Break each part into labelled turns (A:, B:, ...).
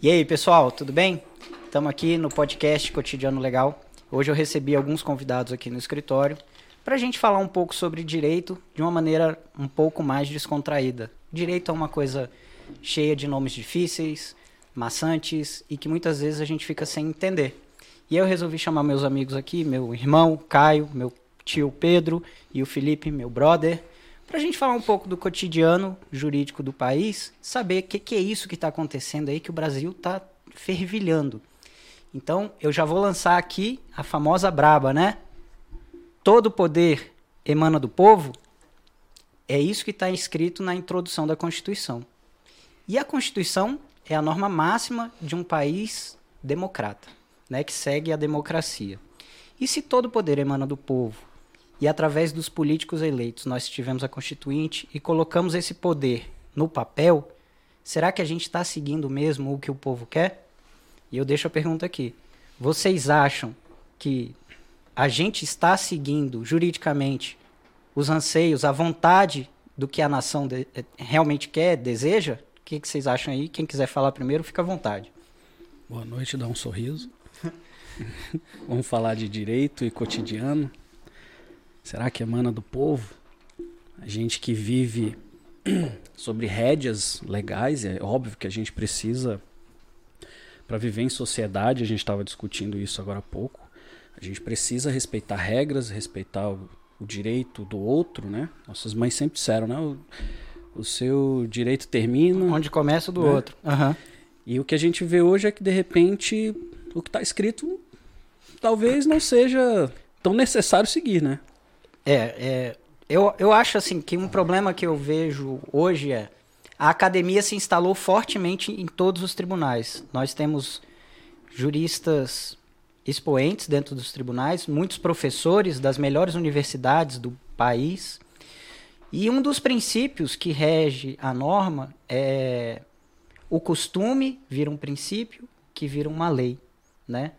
A: E aí, pessoal, tudo bem? Estamos aqui no podcast Cotidiano Legal. Hoje eu recebi alguns convidados aqui no escritório para a gente falar um pouco sobre direito de uma maneira um pouco mais descontraída. Direito é uma coisa cheia de nomes difíceis, maçantes e que muitas vezes a gente fica sem entender. E eu resolvi chamar meus amigos aqui, meu irmão Caio, meu tio Pedro e o Felipe, meu brother, para a gente falar um pouco do cotidiano jurídico do país, saber o que, que é isso que está acontecendo aí, que o Brasil está fervilhando. Então, eu já vou lançar aqui a famosa braba, né? Todo poder emana do povo? É isso que está escrito na introdução da Constituição. E a Constituição é a norma máxima de um país democrata, né, que segue a democracia. E se todo poder emana do povo, e através dos políticos eleitos nós tivemos a Constituinte e colocamos esse poder no papel, será que a gente está seguindo mesmo o que o povo quer? E eu deixo a pergunta aqui. Vocês acham que a gente está seguindo juridicamente os anseios, a vontade do que a nação eh, realmente quer, deseja? O que, que vocês acham aí? Quem quiser falar primeiro, fica à vontade.
B: Boa noite, dá um sorriso. Vamos falar de direito e cotidiano. Será que emana do povo? A gente que vive sobre rédeas legais, é óbvio que a gente precisa, para viver em sociedade, a gente estava discutindo isso agora há pouco, a gente precisa respeitar regras, respeitar o, o direito do outro, né? Nossas mães sempre disseram, né? O, o seu direito termina.
A: Onde começa o do né? outro.
B: Uhum. E o que a gente vê hoje é que, de repente, o que está escrito talvez não seja tão necessário seguir, né?
A: É, é, eu, eu acho assim que um problema que eu vejo hoje é a academia se instalou fortemente em todos os tribunais. Nós temos juristas expoentes dentro dos tribunais, muitos professores das melhores universidades do país. E um dos princípios que rege a norma é o costume vira um princípio que vira uma lei, né?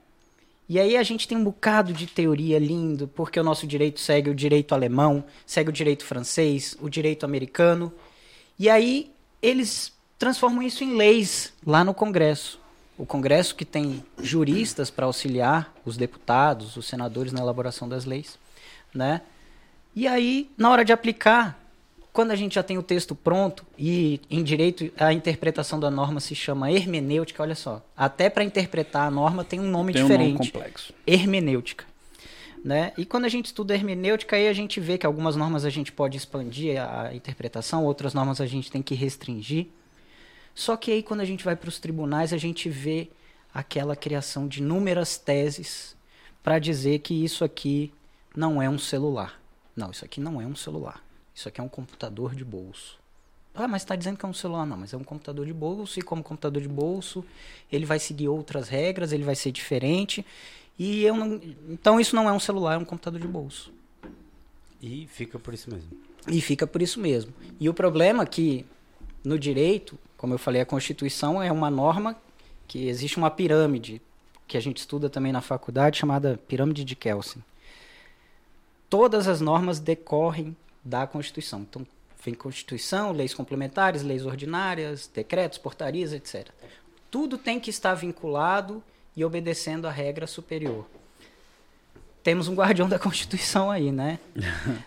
A: E aí a gente tem um bocado de teoria lindo, porque o nosso direito segue o direito alemão, segue o direito francês, o direito americano. E aí eles transformam isso em leis lá no Congresso. O Congresso que tem juristas para auxiliar os deputados, os senadores na elaboração das leis, né? E aí, na hora de aplicar, quando a gente já tem o texto pronto e em direito a interpretação da norma se chama hermenêutica, olha só. Até para interpretar a norma tem um nome
B: tem
A: diferente.
B: Um nome complexo.
A: Hermenêutica. Né? E quando a gente estuda hermenêutica, aí a gente vê que algumas normas a gente pode expandir a interpretação, outras normas a gente tem que restringir. Só que aí quando a gente vai para os tribunais, a gente vê aquela criação de inúmeras teses para dizer que isso aqui não é um celular. Não, isso aqui não é um celular. Isso aqui é um computador de bolso. Ah, mas está dizendo que é um celular, não, mas é um computador de bolso, e como computador de bolso, ele vai seguir outras regras, ele vai ser diferente. E eu não. Então isso não é um celular, é um computador de bolso.
C: E fica por isso mesmo.
A: E fica por isso mesmo. E o problema é que no direito, como eu falei, a Constituição é uma norma que existe uma pirâmide, que a gente estuda também na faculdade, chamada pirâmide de Kelsen. Todas as normas decorrem da Constituição. Então, vem Constituição, leis complementares, leis ordinárias, decretos, portarias, etc. Tudo tem que estar vinculado e obedecendo à regra superior. Temos um guardião da Constituição aí, né?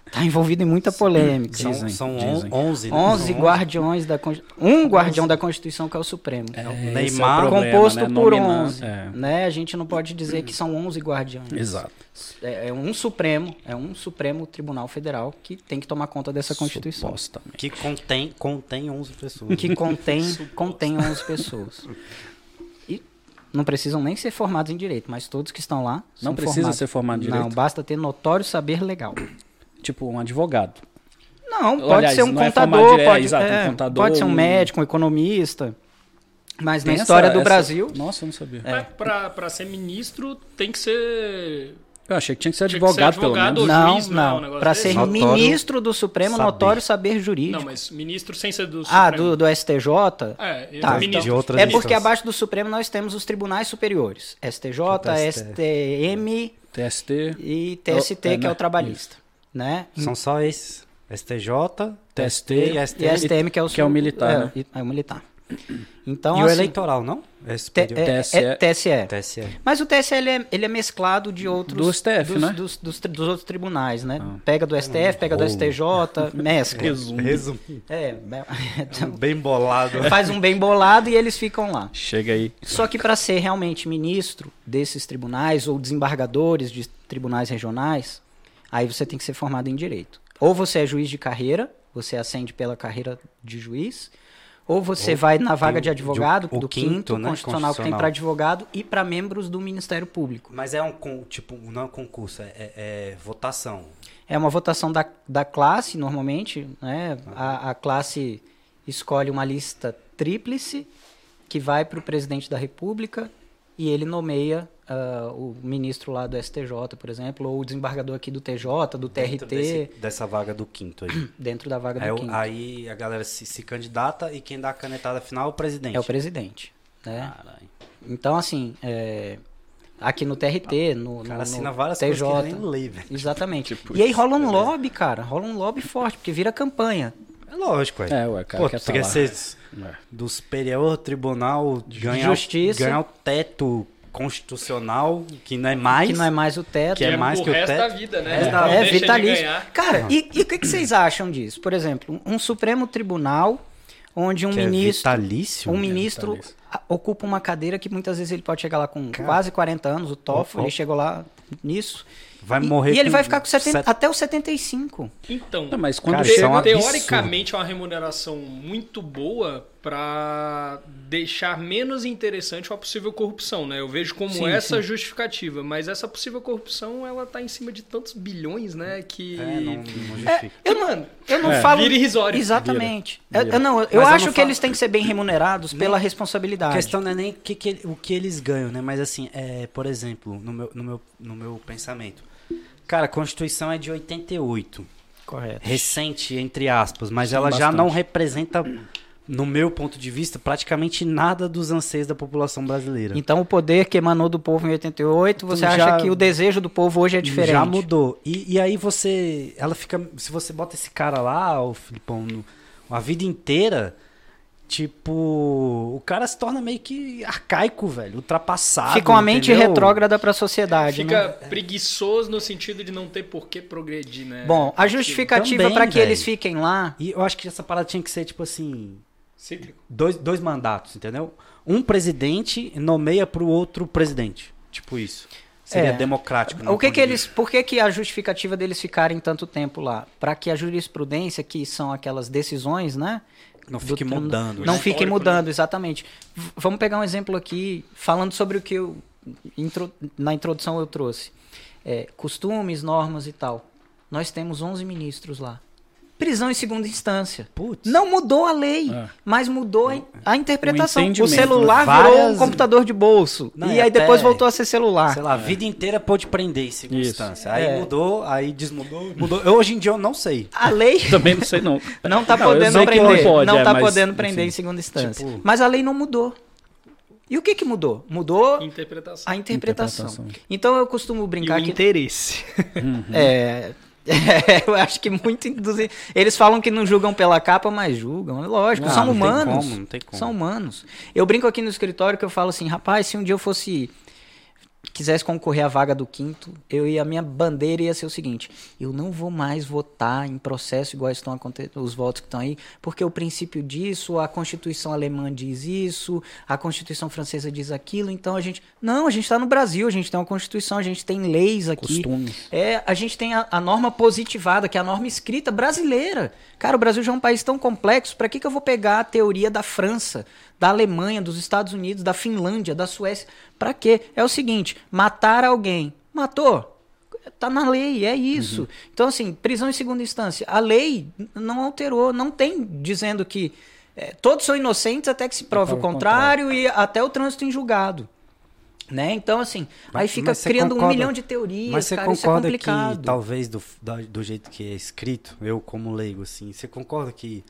A: Está envolvido em muita polêmica.
C: Sim, dizem, são dizem. On, 11,
A: né? 11 guardiões da Constituição. Um guardião da Constituição que é o Supremo.
C: É, o Neymar,
A: é o problema, composto né? por Nominar, 11. É. Né? A gente não pode dizer que são 11 guardiões.
B: Exato.
A: É, é, um Supremo, é um Supremo Tribunal Federal que tem que tomar conta dessa Constituição.
C: Supostamente. Que contém, contém 11 pessoas.
A: Que contém, contém 11 pessoas. E não precisam nem ser formados em direito, mas todos que estão lá
B: Não precisa
A: formados.
B: ser formado em direito?
A: Não, basta ter notório saber legal.
B: Tipo um advogado.
A: Não, pode
B: Aliás,
A: ser um
B: não é
A: contador,
B: formado dire-
A: pode,
B: exato, um
A: é,
B: contador,
A: pode ser um
B: um-
A: médico, um economista. Mas
B: Tem
A: na
B: essa-
A: história do
B: essa-
A: Brasil, É.
B: Nossa, eu não sabia.
D: Mas pra, pra ser ministro tem que ser.
B: Eu achei que tinha que ser
D: Tinha que ser
B: advogado, pelo
D: advogado
B: menos.
D: ou
A: não,
D: juiz, não, um
A: não.
D: negócio
A: Para
D: desse?
A: ser
C: Notório
A: ministro do Supremo,
C: saber.
A: notório saber jurídico.
D: Não, mas ministro sem ser do
A: Ah,
D: Supremo.
A: do, do STJ?
D: É,
A: Tá,
D: ministro.
C: De outras
A: É porque
C: instâncias.
A: abaixo do Supremo nós temos os tribunais superiores. STJ,
B: Então tá
A: STM
B: TST.
A: e TST,
B: É,
A: que é o
B: né?
A: trabalhista. Né?
C: São só esses. STJ,
B: TST,
C: e
A: E
C: STF.
A: STM, que é o,
B: que é o militar,
A: É,
B: né?
A: e- é o militar. Então,
C: e o
A: assim,
C: eleitoral, não? Esse
A: te-
C: período.
A: é-
B: TSE.
A: é TSE.
C: TSE.
A: Mas o TSE ele é, ele é mesclado de outros
B: Do STF,
A: dos,
B: né?
A: dos- dos tri- dos outros tribunais, né?
B: Ah.
A: Pega do STF, pega do
C: rolo.
A: STJ, mescla.
B: Resumo.
C: Resumo.
A: É, be-
C: Bem bolado.
A: faz um bem bolado e eles ficam lá.
B: Chega aí.
A: Só que para ser realmente ministro desses tribunais ou desembargadores de tribunais regionais, aí você tem que ser formado em direito. Ou você é juiz de carreira, você ascende pela carreira de juiz, ou você
C: Ou
A: vai na vaga
C: tem
A: de
C: o-
A: advogado,
C: o
A: do quinto,
C: quinto, né,
A: constitucional que tem
C: constitucional.
A: para advogado e para membros do Ministério Público.
C: Mas é um, con- tipo, não é um concurso, é, é- é votação.
A: É uma votação da, da classe, normalmente, né? A, a classe escolhe uma lista tríplice que vai para o presidente da República e ele nomeia ah, o ministro lá do STJ, por exemplo, ou o desembargador aqui do TJ, do TRT,
C: Dentro desse- dessa vaga do quinto aí.
A: dentro da vaga do
C: Aí, o-
A: quinto. É
C: aí a galera se, se candidata e quem dá a canetada final é o presidente.
A: É o presidente, né?
C: Caralho.
A: Então, assim, é, aqui no TRT, no,
C: Ah, O
A: no,
C: cara assina
A: no
C: várias
A: TJ,
C: coisas que ele nem lê, né? velho.
A: exatamente.
B: Tipo
A: e aí
B: isso,
A: rola um lobby, cara, rola um lobby forte, porque vira campanha.
C: É lógico,
B: É, ué, cara,
C: Pô,
B: quer
C: tu
B: tá
C: quer
B: lá.
C: ser
B: É.
C: do superior tribunal ganhar, o-
A: Justiça.
C: ganhar o teto constitucional, que não é mais.
A: que não é mais o teto.
C: Que é mais
D: o
C: que o
D: resto
C: teto.
D: da vida, né?
C: É,
D: Não
C: não,
A: É
D: deixa de
A: vitalício.
D: ganhar.
A: Cara, e e o que, que vocês acham disso? Por exemplo, um, um Supremo Tribunal onde um
C: que é
A: ministro,
C: vitalício.
A: um
C: né?
A: ministro
B: vitalício.
A: a- ocupa uma cadeira que muitas vezes ele pode chegar lá com quase 40 anos, o Toffoli
C: o-
A: chegou lá nisso.
C: Vai
A: e,
C: morrer
A: e ele
C: com
A: vai ficar com 70,
C: set-
A: até os 75.
D: Então,
B: Não, mas quando
C: Cara,
D: te-
C: isso é um absurdo.
D: teoricamente é uma remuneração muito boa pra deixar menos interessante uma possível corrupção, né? Eu vejo como
B: Sim,
D: essa
B: sim.
D: justificativa, mas essa possível corrupção ela tá em cima de tantos bilhões, né? Que
C: É, não, não justifica.
A: É, eu, mano, eu não
B: É.
A: falo.
D: Vira irrisório.
A: Exatamente. Eu-
B: Vira.
A: Eu, não, eu
C: eu
A: acho
C: não
A: que
C: falo-
A: eles têm que ser bem remunerados pela
C: A
A: responsabilidade.
C: questão não é nem que que ele- o que eles ganham, né? Mas assim, é, por exemplo, no meu, no, meu, no meu pensamento. Cara, a Constituição é de 88.
A: Correto.
C: Recente, entre aspas, mas
B: Sim,
C: ela já
B: bastante.
C: não representa, no meu ponto de vista, praticamente nada dos anseios da população brasileira.
A: Então o poder que emanou do povo em 88, você
C: Tu
A: acha
C: já-
A: que o desejo do povo hoje é diferente?
C: Já mudou. E, e aí você. Ela fica. Se você bota esse cara lá, o Filipão, no- a vida inteira, tipo. O cara se torna meio que arcaico, velho. Ultrapassado.
A: Fica uma mente
C: entendeu?
A: retrógrada para a sociedade,
D: fica
A: né?
D: preguiçoso no sentido de não ter por que progredir, né?
A: Bom, a
D: Porque-
A: justificativa
C: Também,
A: para que
C: velho.
A: eles fiquem lá,
C: E eu acho que essa parada tinha que ser, tipo assim.
D: Cítrico.
C: Dois, dois mandatos, entendeu? Um presidente nomeia pro outro presidente. Tipo isso. Seria
A: É.
C: democrático. no
A: o que
C: ponto
A: que
C: de
A: eles, por que que a justificativa deles ficarem tanto tempo lá? Para que a jurisprudência, que são aquelas decisões, né?
C: vista. Não
A: do
C: fique
A: tribunal-
C: mudando.
A: Não
C: né?
A: fiquem
D: Histórico,
A: mudando, exatamente. V- vamos pegar um exemplo aqui, falando sobre o que eu intro- na introdução eu trouxe. É, costumes, normas e tal. Nós temos 11 ministros lá. Prisão em segunda instância.
C: Putz.
A: Não mudou a lei,
B: É.
A: mas mudou a, a interpretação.
B: O
A: o
B: entendimento,
A: celular
C: né?
A: virou um
C: Várias-
A: computador de bolso.
C: Não,
A: e
C: e
A: aí
C: até-
A: depois voltou a ser celular.
C: Sei lá, a vida inteira pôde prender em segunda
B: Isso.
C: instância. Aí
A: É.
C: mudou, aí desmudou, mudou. Eu, hoje em dia eu não sei.
A: A lei
B: Também não sei não.
A: não tá
B: Não, eu
A: podendo
B: sei que não
A: prender. Não,
B: pode, é,
A: tá
B: mas,
A: podendo prender
B: enfim,
A: em segunda instância.
C: tipo-
A: Mas a lei não mudou. E o que que mudou? Mudou
D: Interpretação.
A: a interpretação.
B: Interpretação.
A: Então eu costumo brincar
D: E o
A: que...
D: interesse.
A: É... eu acho que muito... induzi- Eles falam que não julgam pela capa, mas julgam. É Lógico,
C: Ah,
A: são
C: não tem
A: humanos.
C: como, não tem como.
A: São humanos. Eu brinco aqui no escritório que eu falo assim, rapaz, se um dia eu fosse quisesse concorrer à vaga do quinto, eu ia a minha bandeira ia ser o seguinte: eu não vou mais votar em processo igual estão acontecendo os votos que estão aí, porque o princípio disso, a Constituição alemã diz isso, a Constituição francesa diz aquilo, então a gente não, a gente está no Brasil, a gente tem uma Constituição, a gente tem leis aqui.
B: Costumes.
A: É, a gente tem a, a norma positivada, que é a norma escrita brasileira. Cara, o Brasil já é um país tão complexo, pra que, que eu vou pegar a teoria da França, da Alemanha, dos Estados Unidos, da Finlândia, da Suécia? Pra quê? É o seguinte, matar alguém. Matou? Tá na lei, é isso. Então, assim, prisão em segunda instância. A lei n- não alterou, não tem dizendo que é, todos são inocentes até que se prove o
B: prova o
A: contrário, e até o trânsito em julgado. Né? Então, assim,
C: Mas-
A: aí fica
C: mas você
A: criando um
C: concorda-
A: milhão de teorias,
C: Mas você
A: cara,
C: concorda
A: isso é complicado.
C: que, talvez, do, da- do jeito que é escrito, eu como leigo, assim, você concorda que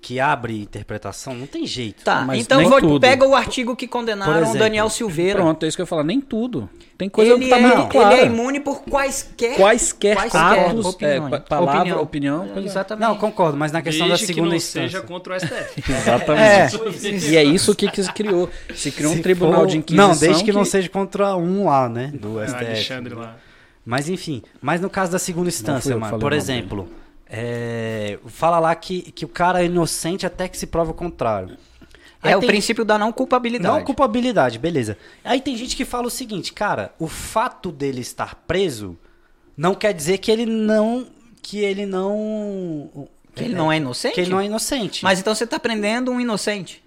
C: que abre interpretação, não tem jeito.
A: Tá,
B: Mas
A: então
B: nem
A: vou-
B: tudo.
A: pega o artigo que
C: Por
A: condenaram o
C: exemplo.
A: Daniel Silveira.
B: Pronto, é isso que eu ia falar. Nem tudo. Tem coisa
A: ele,
B: que tá
A: é,
B: muito
A: ele
B: clara.
A: é imune por quaisquer.
B: Quaisquer,
A: Quaisquer
B: atos,
A: opiniões.
B: é, pa- palavra,
A: Opinião.
B: opinião. coisa-
A: Exatamente.
C: Não, concordo, mas na questão
D: Desde
C: da
D: que não
C: segunda instância.
D: seja contra o STF.
B: Exatamente. E é isso que, que se criou. Se criou um
C: Se
B: tribunal
C: for-
B: de inquisição.
C: Não, desde que, não seja contra um lá, né? Do
D: Ah,
C: STF.
D: Alexandre lá.
C: Mas enfim, mas no caso da segunda
B: fui eu
C: instância,
B: que
C: mano,
B: falei
C: por
B: o nome
C: exemplo, é, fala lá que, que o cara é inocente até que se prova o contrário. Aí
A: É o
C: tem-
A: princípio da não culpabilidade.
C: Não culpabilidade, beleza. Aí tem gente que fala o seguinte, cara, o fato dele estar preso não quer dizer que ele não que ele não
A: Que ele não é inocente?
C: que ele não é inocente.
A: Mas então você tá prendendo um inocente.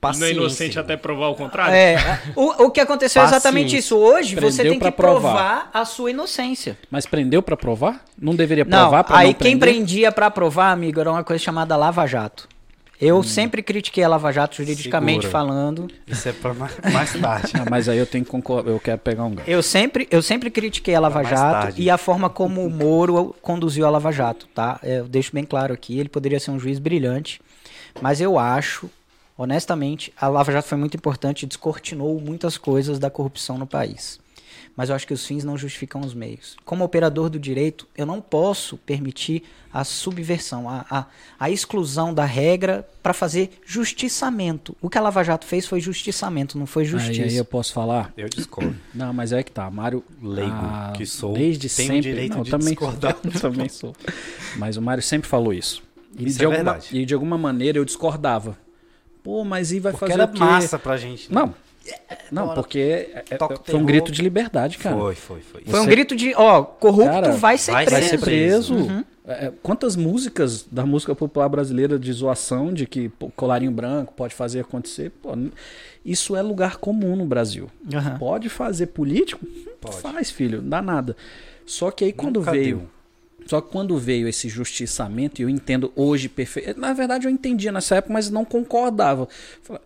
D: Não é inocente até provar o contrário?
A: É. O, o que aconteceu é exatamente
C: Paciência.
A: isso. Hoje você
B: Prendeu
A: tem que
B: pra
A: provar.
B: provar.
A: a sua inocência.
B: Mas prendeu pra provar? Não deveria
A: Não,
B: provar pra
A: aí
B: não
A: quem
B: prender?
A: prendia pra provar, amigo, era uma coisa chamada Lava Jato.
B: Hum.
A: Eu sempre critiquei a Lava Jato juridicamente
C: Segura.
A: falando.
C: Isso é pra ma- mais tarde.
B: Ah, mas aí eu tenho que concordar. Eu quero pegar um gancho.
A: Eu sempre, eu sempre critiquei a Lava
C: Mais
A: Jato
C: tarde.
A: e a forma como o Moro conduziu a Lava Jato, tá? É, Eu deixo bem claro aqui, ele poderia ser um juiz brilhante, mas eu acho, honestamente, a Lava Jato foi muito importante, e descortinou muitas coisas da corrupção no país. Mas eu acho que os fins não justificam os meios. Como operador do direito, eu não posso permitir a subversão, a, a, a exclusão da regra para fazer justiçamento. O que a Lava Jato fez foi justiçamento, não foi
B: Aí,
A: justiça.
B: aí eu posso falar.
C: Eu discordo.
B: Não, mas é que tá. Mário
C: Leigo
B: ah,
C: que sou,
B: Desde
C: tenho o
B: sempre.
C: direito
B: não,
C: de
B: também,
C: discordar.
B: eu também sou. Mas o Mário sempre falou isso. E,
C: Isso
B: de
C: é
B: alguma,
C: verdade.
B: e de alguma maneira eu discordava. Pô, mas e vai
C: Porque
B: fazer
C: era
B: o quê?
C: massa pra gente. né?
B: Não. Não, porque é- é-
C: Toca
B: foi
C: o
B: um
C: terror.
B: grito de liberdade, cara.
C: Foi, foi, foi.
A: Foi um
B: Você-
A: grito de, ó, corrupto
B: Cara,
A: vai ser
C: vai
B: Vai
A: preso.
B: ser
C: preso.
B: preso. É, é, Quantas músicas da música popular brasileira de zoação de que pô, colarinho branco pode fazer acontecer? Pô, n- isso é lugar comum no Brasil.
A: Aham.
B: Pode fazer político?
C: Pode.
B: Faz, filho, não dá nada. Só que aí quando
C: Nunca
B: veio.
C: deu.
B: Só que quando veio esse justiçamento, e eu entendo hoje perfeito. Na verdade, eu entendia nessa época, mas não concordava. Falei,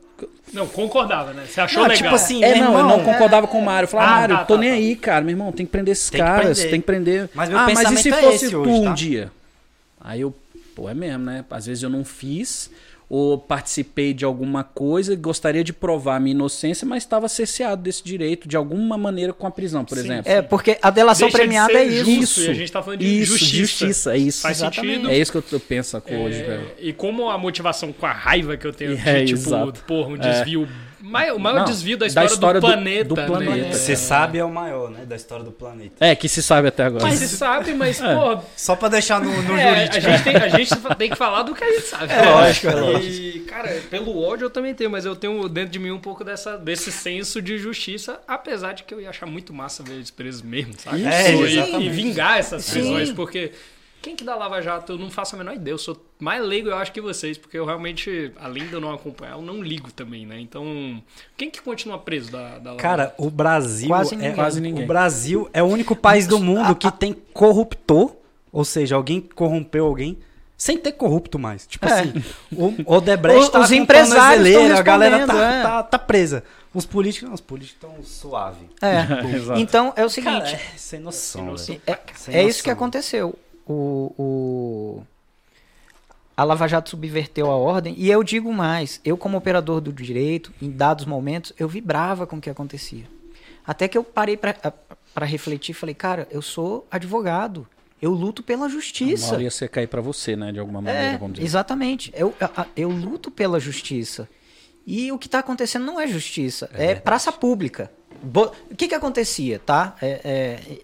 D: Não, concordava, né? Você achou
C: Não,
D: legal.
C: tipo assim,
B: é,
C: meu
B: não, eu
C: irmão,
B: não concordava com o Mário. Eu falava,
D: Ah,
B: Mário,
D: tá,
B: tô
D: tá,
B: nem
D: tá.
B: aí, cara, meu irmão, tem que prender esses
C: Tem que
B: caras,
C: prender.
B: tem que prender.
C: Mas meu
B: ah, mas e
C: pensamento
B: se
C: é
B: fosse
C: esse
B: tu
C: hoje,
B: um
C: tá?
B: dia? Aí eu, pô, é mesmo, né? Às vezes eu não fiz ou participei de alguma coisa, gostaria de provar a minha inocência, mas estava cerceado desse direito de alguma maneira com a prisão, por
D: Sim.
B: exemplo.
A: É, porque a delação
D: Deixa de
A: premiada
D: ser
A: é isso.
D: justo. e a gente tá falando de
B: isso,
D: justiça.
B: justiça, é isso.
D: Faz sentido.
B: É isso que eu, eu penso com hoje, velho.
D: É, e como a motivação com a raiva que eu tenho de,
B: É,
D: tipo,
B: exato.
D: porra, um desvio. mai- o maior
B: Não,
D: desvio
B: da
D: da história,
B: história
D: do
B: do-
D: planeta.
B: do planeta,
D: Né?
B: cara.
C: Você sabe é o maior, né, da história do planeta.
B: É, que se sabe até agora.
D: Mas você sabe, mas, porra.
A: É.
C: Só pra deixar no, no
D: é,
C: jurídico.
D: a, gente tem, a gente tem que falar do que a gente sabe. É,
C: lógico, é
D: E, cara, pelo ódio eu também tenho, mas eu tenho dentro de mim um pouco dessa, desse senso de justiça, apesar de que eu ia achar muito massa ver eles presos mesmo, sabe?
C: É,
D: E- e,
C: exatamente.
D: vingar essas
A: Sim.
D: prisões, porque. Quem que dá Lava Jato, eu não faço a menor ideia. Eu sou mais leigo, eu acho, que vocês, porque eu realmente, além de eu não acompanhar, eu não ligo também, né? Então, quem que continua preso da, da Lava Jato?
C: Cara, o Brasil
A: Quase
C: é
A: ninguém.
B: Quase ninguém.
C: O Brasil é o único país do mundo que tem corruptor, ou seja, alguém que corrompeu alguém sem ter corrupto mais. Tipo assim, o Odebrecht
A: Os-
C: tá
A: É. os
C: comprando
A: empresários
C: as eleiras,
A: tão
C: a galera tá,
A: respondendo, é.
C: tá- tá presa. Os políticos, não, os políticos estão suave.
A: É.
B: Exato.
A: Então é o
C: Cara,
A: seguinte,
C: é sem noção.
D: Nossa,
C: velho.
A: é,
C: sem
A: é isso
C: noção.
A: que aconteceu. O, o- a Lava Jato subverteu a ordem e eu digo mais, eu como operador do direito, em dados momentos, eu vibrava com o que acontecia. Até que eu parei para refletir, e falei, cara, eu sou advogado, eu luto pela
B: Uma
A: justiça.
B: hora ia ser cair pra você, né? De alguma maneira,
A: É,
B: vamos dizer.
A: exatamente. Eu, a- a- eu luto pela justiça. E o que está acontecendo não é justiça, é, praça pública. Bo- o que que acontecia, tá? É, é,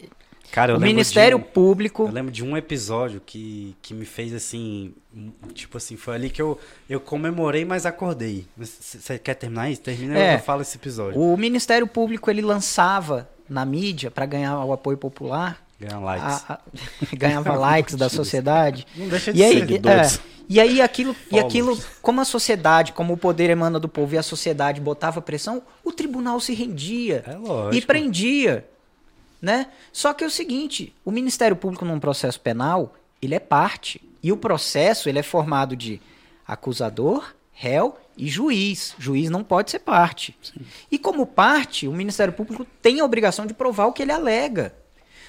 C: Cara, eu
A: o
C: lembro
A: Ministério
C: de um- Eu
A: Público...
C: lembro de um episódio que, que me fez assim. um- Tipo assim, foi ali que eu, eu comemorei, mas acordei. Você quer terminar isso? Termina
A: É.
C: eu falo esse episódio.
A: O Ministério Público, ele lançava na mídia, para ganhar o apoio popular,
C: Ganhar likes.
A: a- a- ganhava likes da sociedade.
C: Não deixa de
A: Ah. E aí,
C: ser.
A: é, e aí aquilo, e
C: Follows.
A: aquilo, como a sociedade, como o poder emana do povo e a sociedade botava pressão, o tribunal se rendia.
C: É lógico.
A: e prendia, né? Só que é o seguinte, o Ministério Público num processo penal, ele é parte, e o processo ele é formado de acusador, réu e juiz. Juiz não pode ser parte. E como parte, o Ministério Público tem a obrigação de provar o que ele alega.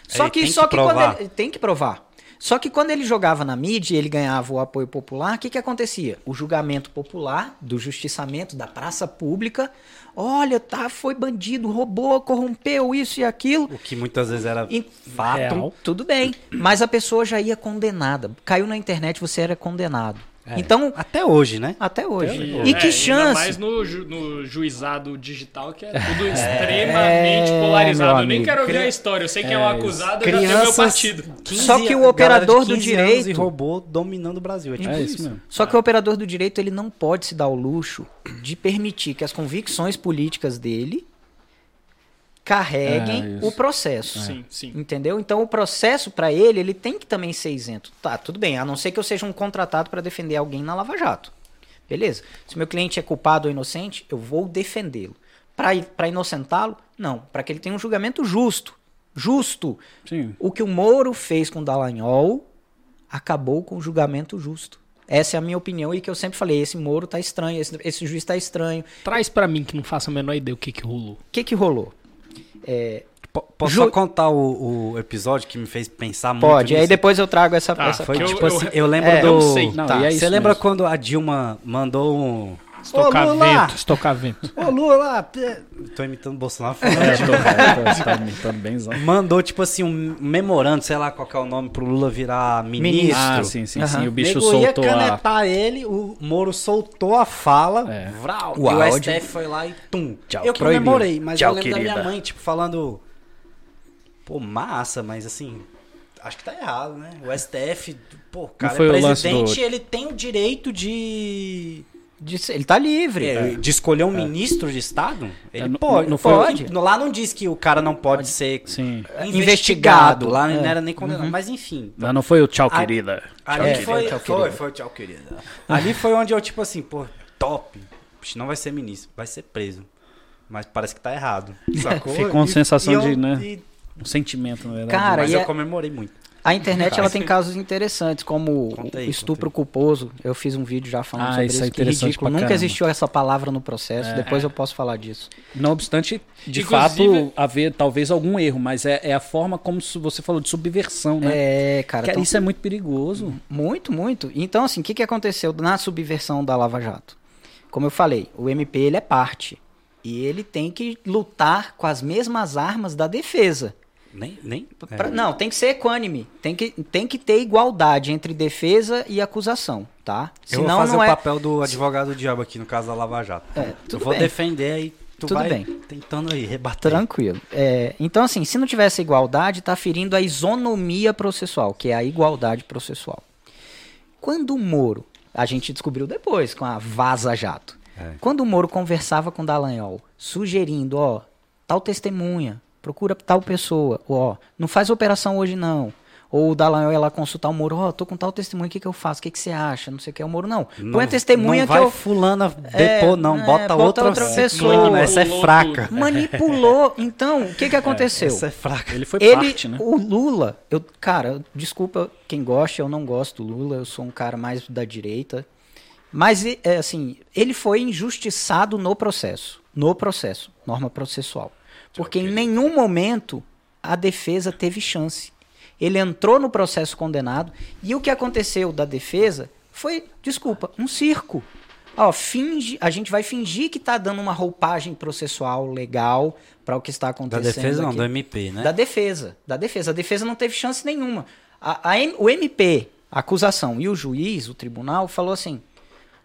A: Só
C: Ele
A: que
C: tem
A: só
C: que
A: que, quando
C: provar.
A: ele ele tem que provar. Só que quando ele jogava na mídia e ele ganhava o apoio popular, o que, que acontecia? O julgamento popular, do justiçamento, da praça pública. Olha, tá, foi bandido, roubou, corrompeu isso e aquilo.
C: O que muitas vezes era
A: E-
C: fato.
B: Real.
A: Tudo bem. Mas a pessoa já ia condenada. Caiu na internet, você era condenado.
C: É.
A: Então,
C: Até hoje, né?
A: até hoje.
D: É,
A: E que
D: Ainda
A: chance.
D: mais no, ju- no juizado digital, que é tudo extremamente polarizado.
A: meu
D: Eu nem
A: amigo.
D: quero ouvir a história. Eu sei quem é o acusado, eu já tenho meu
C: Crianças,
D: partido.
C: 15
A: Só que o
C: a- galera
A: operador
C: de
A: do
C: 15 anos
A: direito-
C: e robô dominando o Brasil. É, tipo
B: É isso mesmo.
A: Só que o operador do direito ele não pode se dar o luxo de permitir que as convicções políticas dele
B: É,
A: carreguem
B: isso.
A: o processo.
D: Sim, sim.
A: Entendeu? Então o processo para ele, ele tem que também ser isento. Tá, tudo bem, a não ser que eu seja um contratado para defender alguém na Lava Jato. Beleza? Se meu cliente é culpado ou inocente, eu vou defendê-lo. Para inocentá-lo? Não, para que ele tenha um julgamento justo. Justo.
B: Sim.
A: O que o Moro fez com o Dallagnol acabou com o julgamento justo. Essa é a minha opinião e que eu sempre falei, esse Moro tá estranho, esse, esse juiz tá estranho.
D: Traz pra mim que não faça a menor ideia o que, que rolou.
A: O que que rolou?
C: Po- Posso
A: Ju-
C: só contar o, o episódio que me fez pensar muito
A: Pode, aí
C: nisso?
A: depois eu trago essa...
D: Tá,
A: essa...
C: Foi
D: Que eu-
C: tipo
D: eu-
C: assim, eu lembro
A: é,
C: do...
D: eu sei.
B: Não,
C: Tá,
B: e é
C: você
B: isso
C: lembra
B: mesmo.
C: quando a Dilma mandou um...
D: Estocar
C: Ô, Lula!
D: vento, estocar vento.
C: Ô, Lula! p- Tô imitando o Bolsonaro. falando.
B: É, eu tô, eu tô, tá aumentando benzão.
C: Mandou, tipo assim, um memorando, sei lá qual que é o nome, pro Lula virar ministro.
B: Ah, sim, sim, sim.
A: Aham.
B: O bicho
C: Nego
B: soltou
C: ia
B: a.
C: canetar ele, o Moro soltou a fala,
B: É.
C: vral,
A: O
C: e o
A: áudio.
C: STF foi lá e tum.
B: Tchau,
C: eu
B: proibido.
C: comemorei, mas
B: Tchau,
C: eu lembro da
B: querida.
C: minha mãe, tipo, falando, pô, massa, mas assim, acho que tá errado, né? O STF, pô, o cara
B: foi
C: é
B: o lance do-
C: presidente, ele tem o direito de...
A: de- ele tá livre.
C: é, De escolher um ministro de Estado? Ele
B: É, não-
C: pode.
B: não foi-
C: pode. Lá não diz que o cara não pode, ser
B: Sim.
C: investigado.
A: Investigado.
C: Lá
A: É.
C: não era nem condenado. Mas enfim.
B: Mas Ah, não foi o tchau,
C: A-
B: querida. Tchau,
C: Ali
B: querida.
C: foi, foi, foi, tchau, querida. Uhum. Ali foi onde eu, tipo assim, pô, top. Puxa, Não vai ser ministro, vai ser preso. Mas parece que tá errado. Sacou?
B: Ficou uma
C: E-
B: sensação
C: e eu-
B: de, né?
C: e-
B: Um sentimento, na verdade.
A: Cara,
C: mas
A: e
C: eu
A: é-
C: comemorei muito.
A: A internet ela tem casos interessantes, como
C: Conta aí,
A: o estupro culposo. Eu fiz um vídeo já falando
B: Ah,
A: sobre
B: isso
A: isso,
B: é
A: que
B: interessante
A: ridículo.
B: pra
A: Nunca
B: caramba.
A: existiu essa palavra no processo, depois eu posso falar disso.
B: Não obstante, de
D: Inclusive-
B: fato, haver talvez algum erro, mas é, é a forma como su- você falou de subversão, né?
A: É, cara,
B: Cara,
A: tão-
B: isso é muito perigoso.
A: muito, muito. Então, assim, o que, que aconteceu na subversão da Lava Jato? Como eu falei, o MP ele é parte. E ele tem que lutar com as mesmas armas da defesa.
C: Nem, nem.
A: Pra-
C: é.
A: Não, tem que ser equânime. Tem que, tem que ter igualdade entre defesa e acusação, tá?
C: Eu vou fazer o papel do advogado do diabo aqui no caso da Lava Jato.
A: É,
C: eu
A: tudo
C: vou
A: bem.
C: defender aí. Tu
A: Tudo
C: vai
A: bem.
C: tentando aí, rebater.
A: Tranquilo. É, então, assim, se não tiver essa igualdade, está ferindo a isonomia processual, que é a igualdade processual. Quando o Moro, a gente descobriu depois com a Vaza Jato,
C: É.
A: quando o Moro conversava com o Dallagnol, sugerindo, ó, tal testemunha, procura tal pessoa, ó, não faz operação hoje não. Ou o Dallagnol ia lá consultar o Moro, ó, tô com tal testemunha, o que que eu faço? O que que você acha? Não sei o que, o Moro, não. Põe a testemunha
C: não
A: que
C: vai
A: eu...
C: fulana depor, não.
A: é, bota
C: bota, outra,
A: outra pessoa.
C: Mano, essa é
D: Pulou
C: fraca.
A: Manipulou. Então, o que que aconteceu?
C: Essa é fraca.
B: Ele foi
A: ele,
B: parte, né?
A: O Lula, eu, cara, eu- desculpa quem gosta, eu não gosto do Lula, eu sou um cara mais da direita. Mas, e- é, assim, ele foi injustiçado no processo. No processo, norma processual. Porque em nenhum momento a defesa teve chance. Ele entrou no processo condenado e o que aconteceu da defesa foi, desculpa, um circo. Ó, finge, a gente vai fingir que tá dando uma roupagem processual legal para o que está
C: Da
A: acontecendo.
C: Tá defesa não,
A: aqui.
C: do MP, né?
A: Da defesa. Da defesa. A defesa não teve chance nenhuma. A- a M- o MP, a acusação, e o juiz, o tribunal, falou assim: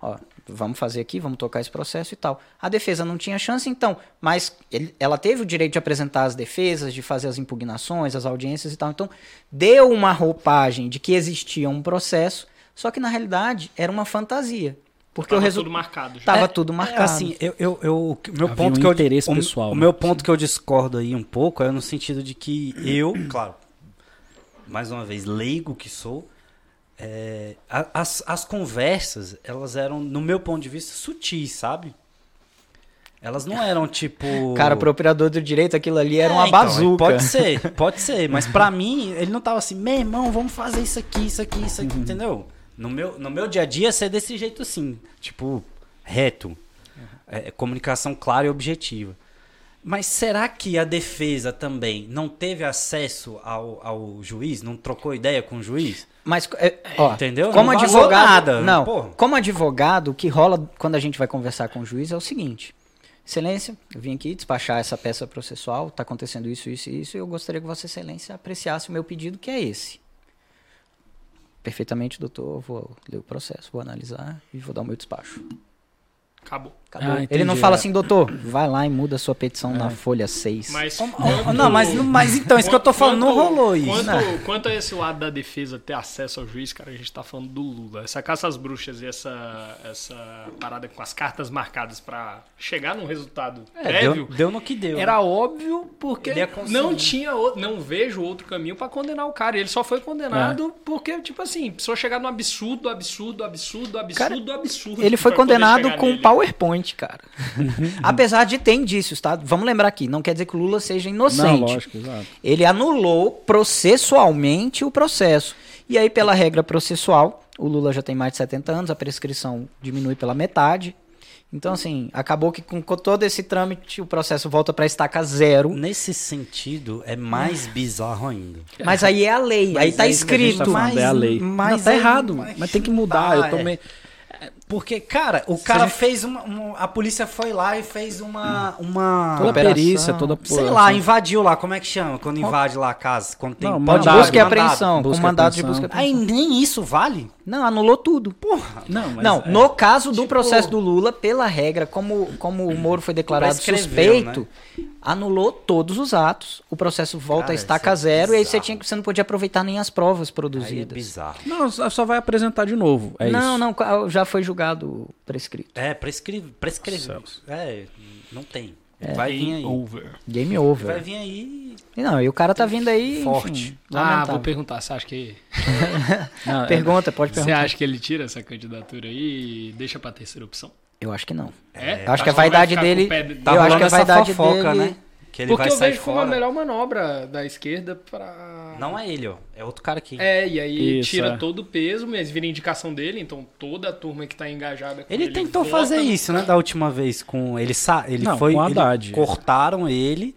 A: ó, vamos fazer aqui, vamos tocar esse processo e tal. A defesa não tinha chance, então, mas ele- ela teve o direito de apresentar as defesas, de fazer as impugnações, as audiências e tal. Então, deu uma roupagem de que existia um processo, só que na realidade era uma fantasia. Porque
D: Tava
A: o resultado.
D: tudo marcado já.
A: Tava
C: É,
A: tudo
C: é,
A: marcado.
C: assim, eu, eu, eu- o que- meu
B: Havia
C: ponto
B: um
C: que eu
B: interesse
C: o-
B: pessoal,
C: O
B: né?
C: meu ponto que eu discordo aí um pouco é no sentido de que eu, claro, mais uma vez leigo que sou, é, a- as, as conversas elas eram, no meu ponto de vista, sutis, sabe? Elas não eram tipo.
A: Cara, pro operador do direito, aquilo ali era
C: É,
A: uma
C: então,
A: bazuca.
C: pode ser, pode ser. Mas pra mim, ele não tava assim, meu irmão, vamos fazer isso aqui, isso aqui, isso
A: Uhum.
C: aqui, entendeu? No meu, no meu dia a dia, ser desse jeito
A: Uhum.
C: é assim, tipo, reto. É, comunicação clara e objetiva. Mas será que a defesa também não teve acesso ao, ao juiz? Não trocou ideia com o juiz?
A: Mas, é, ó,
C: Entendeu?
A: como
C: Não vazou
A: advogado,
C: nada,
A: não,
C: porra.
A: como advogado, o que rola quando a gente vai conversar com o juiz é o seguinte: Excelência, eu vim aqui despachar essa peça processual, está acontecendo isso, isso e isso, e eu gostaria que Vossa Excelência apreciasse o meu pedido, que é esse. Perfeitamente, doutor, eu vou ler o processo, vou analisar e vou dar o meu despacho.
D: Acabou.
A: Acabou.
B: Ah, entendi,
A: Ele não fala
B: é.
A: assim, doutor, vai lá e muda a sua petição na folha 6.
D: Mas.
C: Não, mas, mas então, isso que eu tô falando, não
D: Quanto-
C: rolou isso. né?
D: Quanto,
C: Não.
D: quanto a esse lado da defesa ter acesso ao juiz, cara, a gente tá falando do Lula. Essa caça às bruxas e essa, essa parada com as cartas marcadas pra chegar num resultado
C: É, deu,
D: prévio.
C: deu no que deu.
D: Era óbvio porque
C: Ele é ia conseguir.
D: não tinha outro, não vejo outro caminho pra condenar o cara. Ele só foi condenado
C: É.
D: porque tipo assim, precisou chegar no absurdo, absurdo, absurdo, absurdo, absurdo.
A: Ele foi
D: pra poder
A: condenado
D: chegar
A: com
D: nele.
A: PowerPoint, cara.
B: Uhum.
A: Apesar de ter indícios, tá? Vamos lembrar aqui, não quer dizer que o Lula seja
B: Não,
A: inocente.
B: lógico, exato.
A: Ele anulou processualmente o processo. E aí, pela regra processual, o Lula já tem mais de 70 anos, a prescrição diminui pela metade. Então, assim, acabou que com co- todo esse trâmite o processo volta pra estaca zero.
C: Nesse sentido, é mais bizarro ainda.
A: Mas aí é a lei, aí tá
B: é isso que a gente
A: escrito.
B: tá falando, é a lei.
C: mas
B: não, tá
C: aí-
B: errado, mano. Mas tem que mudar.
C: Ah,
B: eu
C: é.
B: tomei.
C: Porque, cara, o cara fez uma, um- A polícia foi lá e fez uma. uma
B: Toda
A: operação,
B: perícia, toda
C: sei lá,
A: assim.
C: invadiu lá. Como é que chama? Quando invade lá a casa? Quando tem
B: Não,
C: mandado,
A: Pode
B: mandado,
A: busca e
C: mandado.
A: apreensão,
B: busca
A: com
B: e
A: mandado de
B: apreensão.
A: busca e apreensão.
C: Aí nem isso vale? é
A: Não, anulou tudo.
C: Porra.
B: Não, mas
A: não,
B: é.
A: no caso
C: tipo,
A: do processo do Lula, pela regra, como, como o Moro foi declarado
C: Prescreveu,
A: suspeito, anulou todos os atos, o processo volta
C: né? Cara,
A: a
C: isso
A: estaca
C: é
A: zero, e aí você,
C: bizarro.
A: tinha, que- você não podia aproveitar nem as provas
C: Aí é
A: produzidas.
C: bizarro.
B: Não, só só vai apresentar de novo. É
A: não,
B: isso.
A: não, ca- já foi julgado prescrito.
C: É, prescreve. prescreve.
B: Céus.
C: É, não tem.
A: É,
C: Vai vir
D: Game
A: um
C: aí.
D: over.
A: Game
C: Vai
A: over.
C: vir aí.
A: Não, e o cara tá vindo aí.
C: Forte.
A: enfim,
D: Ah,
A: lamentável.
D: vou perguntar, você acha que
B: Não, é-
A: Pergunta, pode
D: Você
A: perguntar.
D: acha que ele tira essa candidatura aí e deixa pra terceira opção?
A: Eu acho que não.
D: É?
A: Eu acho que a
D: Só vai
A: vaidade
D: ficar com o
A: dele.
D: pé de-
A: Eu acho que a
C: tá rolando essa
A: vaidade
C: fofoca,
A: dele.
C: né? Que ele
D: Porque
C: vai
D: eu
C: sair
D: vejo
A: é
D: como a
C: fora.
D: melhor manobra da esquerda pra.
C: Não é ele, ó. É outro cara aqui.
D: É, e aí
B: Isso,
D: tira
B: é.
D: todo o peso, mas vira indicação dele, então toda a turma que tá engajada com
C: Ele tentou
D: vota.
C: fazer isso, né? Da última vez com ele sa... ele
B: Não,
C: foi
B: com o
C: ele-
B: Haddad.
C: cortaram ele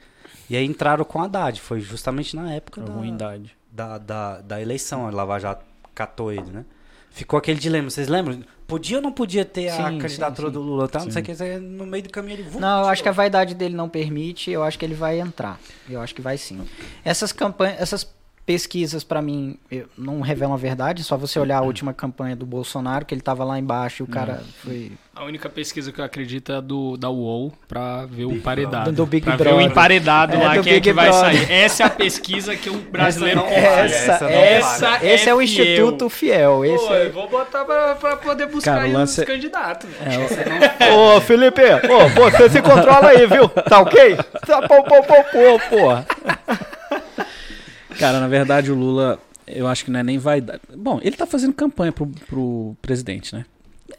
C: e aí entraram com o Haddad. Foi justamente na época
B: é
C: da,
B: Ruindade.
C: da, da, da eleição, a Lava Jato catou ele, né? Ficou aquele dilema, vocês lembram? Podia ou não podia ter a
A: Sim,
C: candidatura do Lula, tá? Não sei o que, aí no meio do caminho ele...
A: Não, eu acho que a vaidade dele não permite, eu acho que ele vai entrar. Eu acho que vai sim. Essas campanhas, essas pesquisas pra mim eu- não revelam a verdade, só você olhar a
D: Uhum.
A: última campanha do Bolsonaro, que ele tava lá embaixo e o cara foi
D: A única pesquisa que eu acredito é a do, da UOL pra ver o emparedado.
A: Do Big
D: pra ver
A: Brother.
D: o emparedado
A: É,
D: lá,
A: do
D: quem é
A: Big
D: que vai
A: Brother. é
D: sair. Essa é a pesquisa que o brasileiro
C: não
A: Ah,
D: confia.
C: vale, essa não
D: essa é
A: esse é o
D: fiel.
A: instituto fiel, esse
D: Pô,
A: é...
D: eu vou botar pra, pra poder buscar
B: Cara, o
D: aí
B: lance
D: os
B: é-
D: candidatos. né? velho.
E: Ô, Felipe, ô, você se controla aí, viu? Tá ok? Tá pô, pô, pô, pô, porra.
B: Cara, na verdade, o Lula, eu acho que não é nem vaidade. Bom, ele tá fazendo campanha pro, pro presidente, né?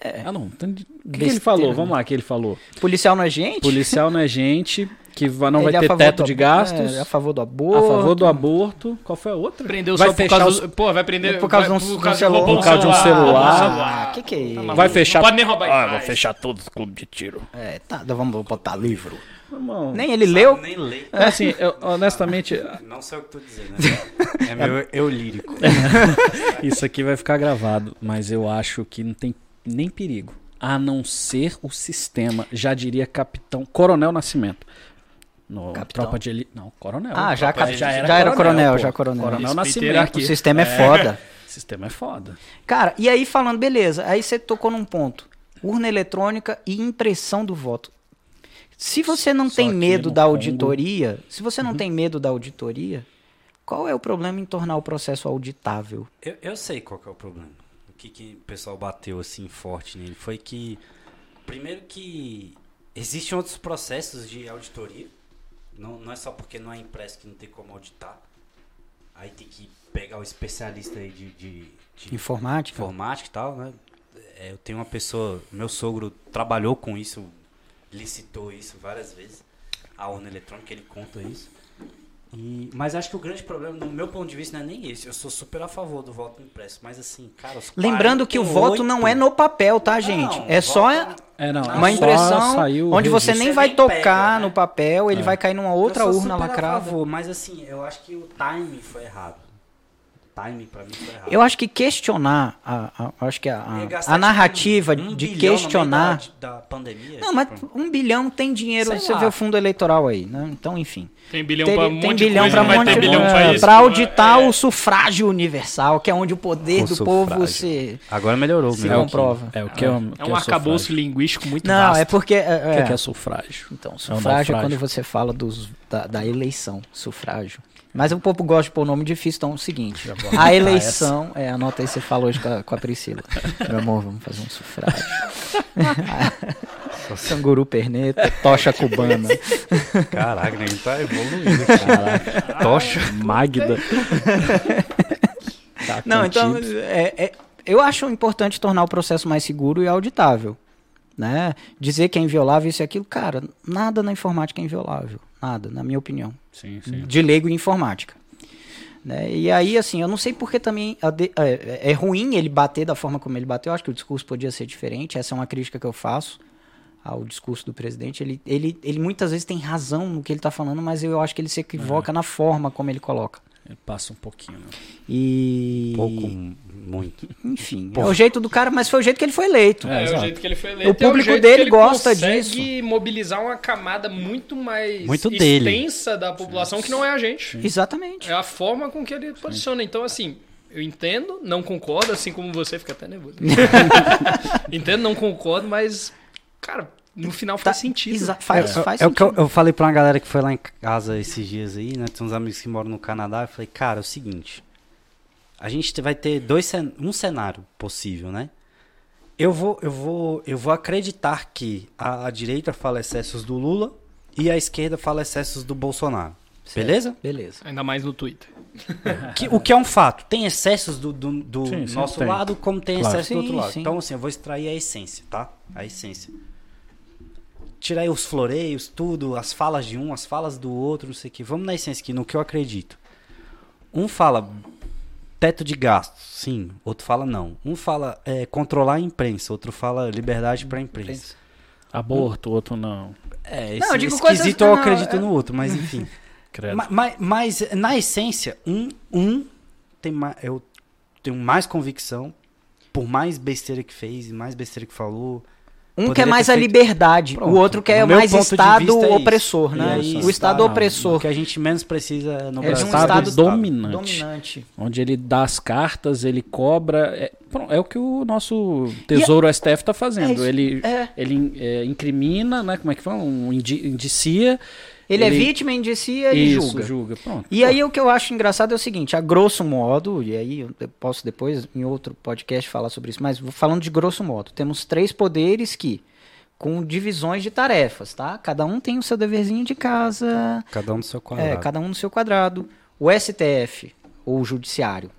B: É. Ah, não. Tanto de- O que, que ele
A: Besteira,
B: falou?
A: né?
B: Vamos lá, o que ele falou.
A: Policial não é gente?
B: Policial não é gente, que va- não
A: Ele é
B: vai
A: a
B: ter
A: favor
B: teto
A: do
B: de
A: abo-
B: gastos.
A: é, a
B: a
A: favor do aborto.
B: favor do aborto. Qual foi a outra?
D: Prendeu
B: vai
D: só por
B: fechar
D: causa.
B: os-
D: do- Pô, vai prender.
A: Por causa
D: vai,
A: de um-
D: por causa
A: de um celular.
D: roubou
A: Por
B: causa de um celular.
A: Ah, que que é isso?
D: maluco,
B: Vai fechar-
D: Não pode nem roubar em
E: Ah, eu
D: paz.
E: vou fechar todos os clubes de tiro.
A: É, tá, vamos botar livro.
B: Irmão,
A: Nem ele leu.
C: Nem leio.
B: Tá Assim, eu, honestamente,
C: Não sei o que tu dizendo. É meu eu lírico.
B: isso aqui vai ficar gravado, mas eu acho que não tem nem perigo. A não ser o sistema, já diria capitão, coronel Nascimento. No
A: Capitão?
B: Tropa de Elite. Não, coronel.
A: Ah, já,
B: Tropa de-
A: cap- já era coronel,
B: pô.
A: já coronel.
B: Coronel
D: Respeiteira
B: Nascimento.
A: O
D: aqui.
A: sistema é foda.
B: Sistema é foda.
A: Cara, e aí falando, beleza, aí você tocou num ponto. Urna eletrônica e impressão do voto. Se você não
B: Só
A: tem
B: aqui
A: medo
B: no
A: da
B: Congo.
A: auditoria, se você não tem medo da auditoria, qual é o problema em tornar o processo auditável?
C: Eu, eu sei qual que é o problema. O que, que o pessoal bateu assim forte nele foi que, primeiro que existem outros processos de auditoria. Não, não é só porque não é impresso que não tem como auditar. Aí tem que pegar o especialista aí de, de- de
A: Informática?
C: informática e tal, né? É, Eu tenho uma pessoa, meu sogro trabalhou com isso, licitou isso várias vezes. A urna eletrônica, ele conta isso. E- mas acho que o grande problema, no meu ponto de vista, não é nem esse. Eu sou super a favor do voto impresso. Mas assim, cara, os
A: Lembrando que o voto não é no papel, tá, gente? é só
C: voto-
B: É, não,
A: uma
B: só
A: impressão
B: saiu o
A: onde você
B: registro.
A: nem vai
C: nem pega,
A: tocar
C: né?
A: no papel,
D: É.
A: ele vai cair numa outra
C: eu sou
A: urna
C: super a
A: lacrada.
C: favor, mas assim, eu acho que o timing foi errado. O timing pra mim foi errado.
A: Eu acho que questionar, a, a- acho que a,
C: Ia
A: a,
C: gastar,
A: a
C: tipo,
A: narrativa
C: um
A: de
C: bilhão no meio
A: questionar.
C: Da, da pandemia.
A: Não, mas
D: Tipo.
A: um bilhão tem dinheiro,
C: Sei
A: você
C: lá.
A: vê o fundo eleitoral aí, né? Então, enfim.
D: Tem bilhão
A: Teve-
D: pra um
A: tem
D: monte de
A: bilhão
D: coisa,
A: pra
D: vai
A: monte
D: ter bilhão
A: é,
D: pra isso.
A: pra auditar
D: é.
A: o sufrágio universal, que é onde o poder
E: O
A: do povo
E: sufrágio.
A: se,
E: Agora melhorou.
A: se
E: né?
B: o que-
A: comprova.
B: É o que é, o que
D: É um arcabouço linguístico muito
A: Não,
D: vasto.
A: é porque. é,
B: O que é,
A: é.
B: que é sufrágio?
A: Então, sufrágio é,
B: naufrágio.
A: quando você fala dos, da, da eleição, sufrágio. Mas o povo gosta de pôr nome difícil, então é o seguinte: a eleição. É, anota aí, você fala hoje com a, com a Priscila. Meu amor, vamos fazer um sufrágio. Sanguru perneta, tocha cubana.
E: Caraca,
B: né?
E: o nego tá evoluindo. Caraca. Tocha.
B: Magda. Tá
A: Não, então, é- é- eu acho importante tornar o processo mais seguro e auditável. Né? Dizer que é inviolável isso e aquilo, cara, nada na informática é inviolável. Nada, na minha opinião.
B: Sim, sim.
A: de leigo em informática. Né? E aí, assim, eu não sei porque também a de- é, é- é ruim ele bater da forma como ele bateu. Eu acho que o discurso podia ser diferente. Essa é uma crítica que eu faço ao discurso do presidente. Ele, ele, ele muitas vezes tem razão no que ele está falando, mas eu acho que ele se
C: É.
A: equivoca na forma como ele coloca.
B: Ele passa um pouquinho. Né?
A: E.
C: Pouco, muito.
A: Enfim, é o jeito do cara, mas foi o jeito que ele foi eleito.
D: É, o
B: exato.
D: jeito que ele foi
A: O
D: eleito.
A: público
D: é o jeito
A: dele
D: que ele
A: gosta
D: consegue mobilizar uma camada muito mais
C: Muito dele.
D: extensa da população que não é a gente.
A: Exatamente.
D: É a forma com que ele posiciona. Então, assim, eu entendo, não concordo, assim como você, fica até nervoso. entendo, não concordo, mas, cara, no final faz
A: Tá,
D: sentido.
A: Exa- faz,
C: é,
A: faz
C: é o que eu,
A: sentido.
C: eu falei pra uma galera que foi lá em casa esses dias aí, né? Tem uns amigos que moram no Canadá. Eu falei, cara, é o seguinte. A gente te- vai ter dois cen- um cenário possível, né? Eu vou, eu vou, eu vou acreditar que a, a direita fala excessos do Lula e a esquerda fala excessos do Bolsonaro. Beleza?
A: Beleza.
D: Ainda mais no Twitter.
C: Que- o que é um fato. Tem excessos do, do- do
B: Sim, sim,
C: nosso
B: tem.
C: lado, como tem
B: Claro.
C: excessos do outro
A: Sim,
C: lado.
A: sim.
C: Então, assim, eu vou extrair a essência, tá? A essência. Tirar aí os floreios, tudo, as falas de um, as falas do outro, não sei o quê. Vamos na essência aqui, no que eu acredito. Um fala teto de gastos, sim. Outro fala não. Um fala é, controlar a imprensa, outro fala liberdade para imprensa.
B: Aborto, outro não.
C: É, esse
A: Não, eu digo
C: esquisito
A: coisas-
C: eu
A: não,
C: acredito
A: é-
C: no outro, mas enfim.
B: Credo.
C: Ma- ma- Mas, na essência, um, um tem ma- eu tenho mais convicção, por mais besteira que fez, mais besteira que falou.
A: Um
C: Poderia
A: quer
C: ter
A: mais a
C: feito-
A: liberdade, é o
C: Pronto.
A: outro quer
C: No meu
A: mais
C: ponto de
A: Estado
C: vista é isso. tá.
A: opressor,
C: E
A: né?
C: aí,
A: o Estado
C: O
A: opressor.
C: que a gente menos precisa no
A: É de
C: Brasil.
A: um
B: Estado,
A: Estado
B: dominante,
A: Dominante.
B: Onde ele dá as cartas, ele cobra. É, pronto, é o que o nosso Tesouro STF tá
A: É
B: fazendo.
A: isso,
B: ele
A: é.
B: ele é, incrimina, né? Como é que fala? Um indi- indicia.
A: Ele, é
B: Ele-
A: vítima, indicia e
B: isso,
A: julga.
B: Pronto.
A: E aí o que eu acho engraçado é o seguinte, a grosso modo, e aí eu eu posso depois em outro podcast falar sobre isso, mas vou falando de grosso modo, temos três poderes que com divisões de tarefas, tá? Cada um tem o seu deverzinho de casa,
C: Cada um no seu quadrado.
A: é, cada um no seu quadrado. O STF ou o judiciário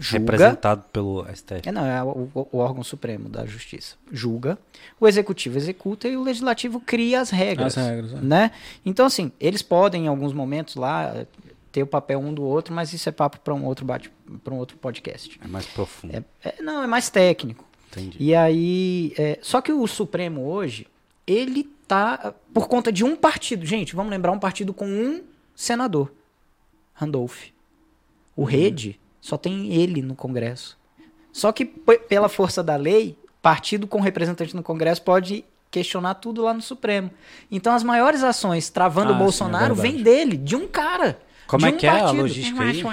A: um julga
C: Representado pelo STF.
A: É, não, é o, o- o órgão supremo da justiça. Julga, o executivo executa e o legislativo cria as regras.
B: As regras, é.
A: Né? Então, assim, eles podem, em alguns momentos lá, eh, ter o papel um do outro, mas isso é papo para um, outro bate- pra um outro podcast.
C: É mais profundo.
A: É, não, é mais técnico.
C: Entendi.
A: E aí. é, só que o Supremo hoje, ele tá. Por conta de um partido. Gente, vamos lembrar um partido com um senador. Randolph. O
C: Uhum.
A: Rede só tem ele no Congresso. Só que, p- pela força da lei, partido com representante no Congresso pode questionar tudo lá no Supremo. Então as maiores ações travando
B: Ah,
A: o
B: sim, é
A: Bolsonaro
B: verdade.
A: vêm dele, de um cara.
C: Como
A: de
C: é
A: um
C: que é a
A: partido.
C: logística aí?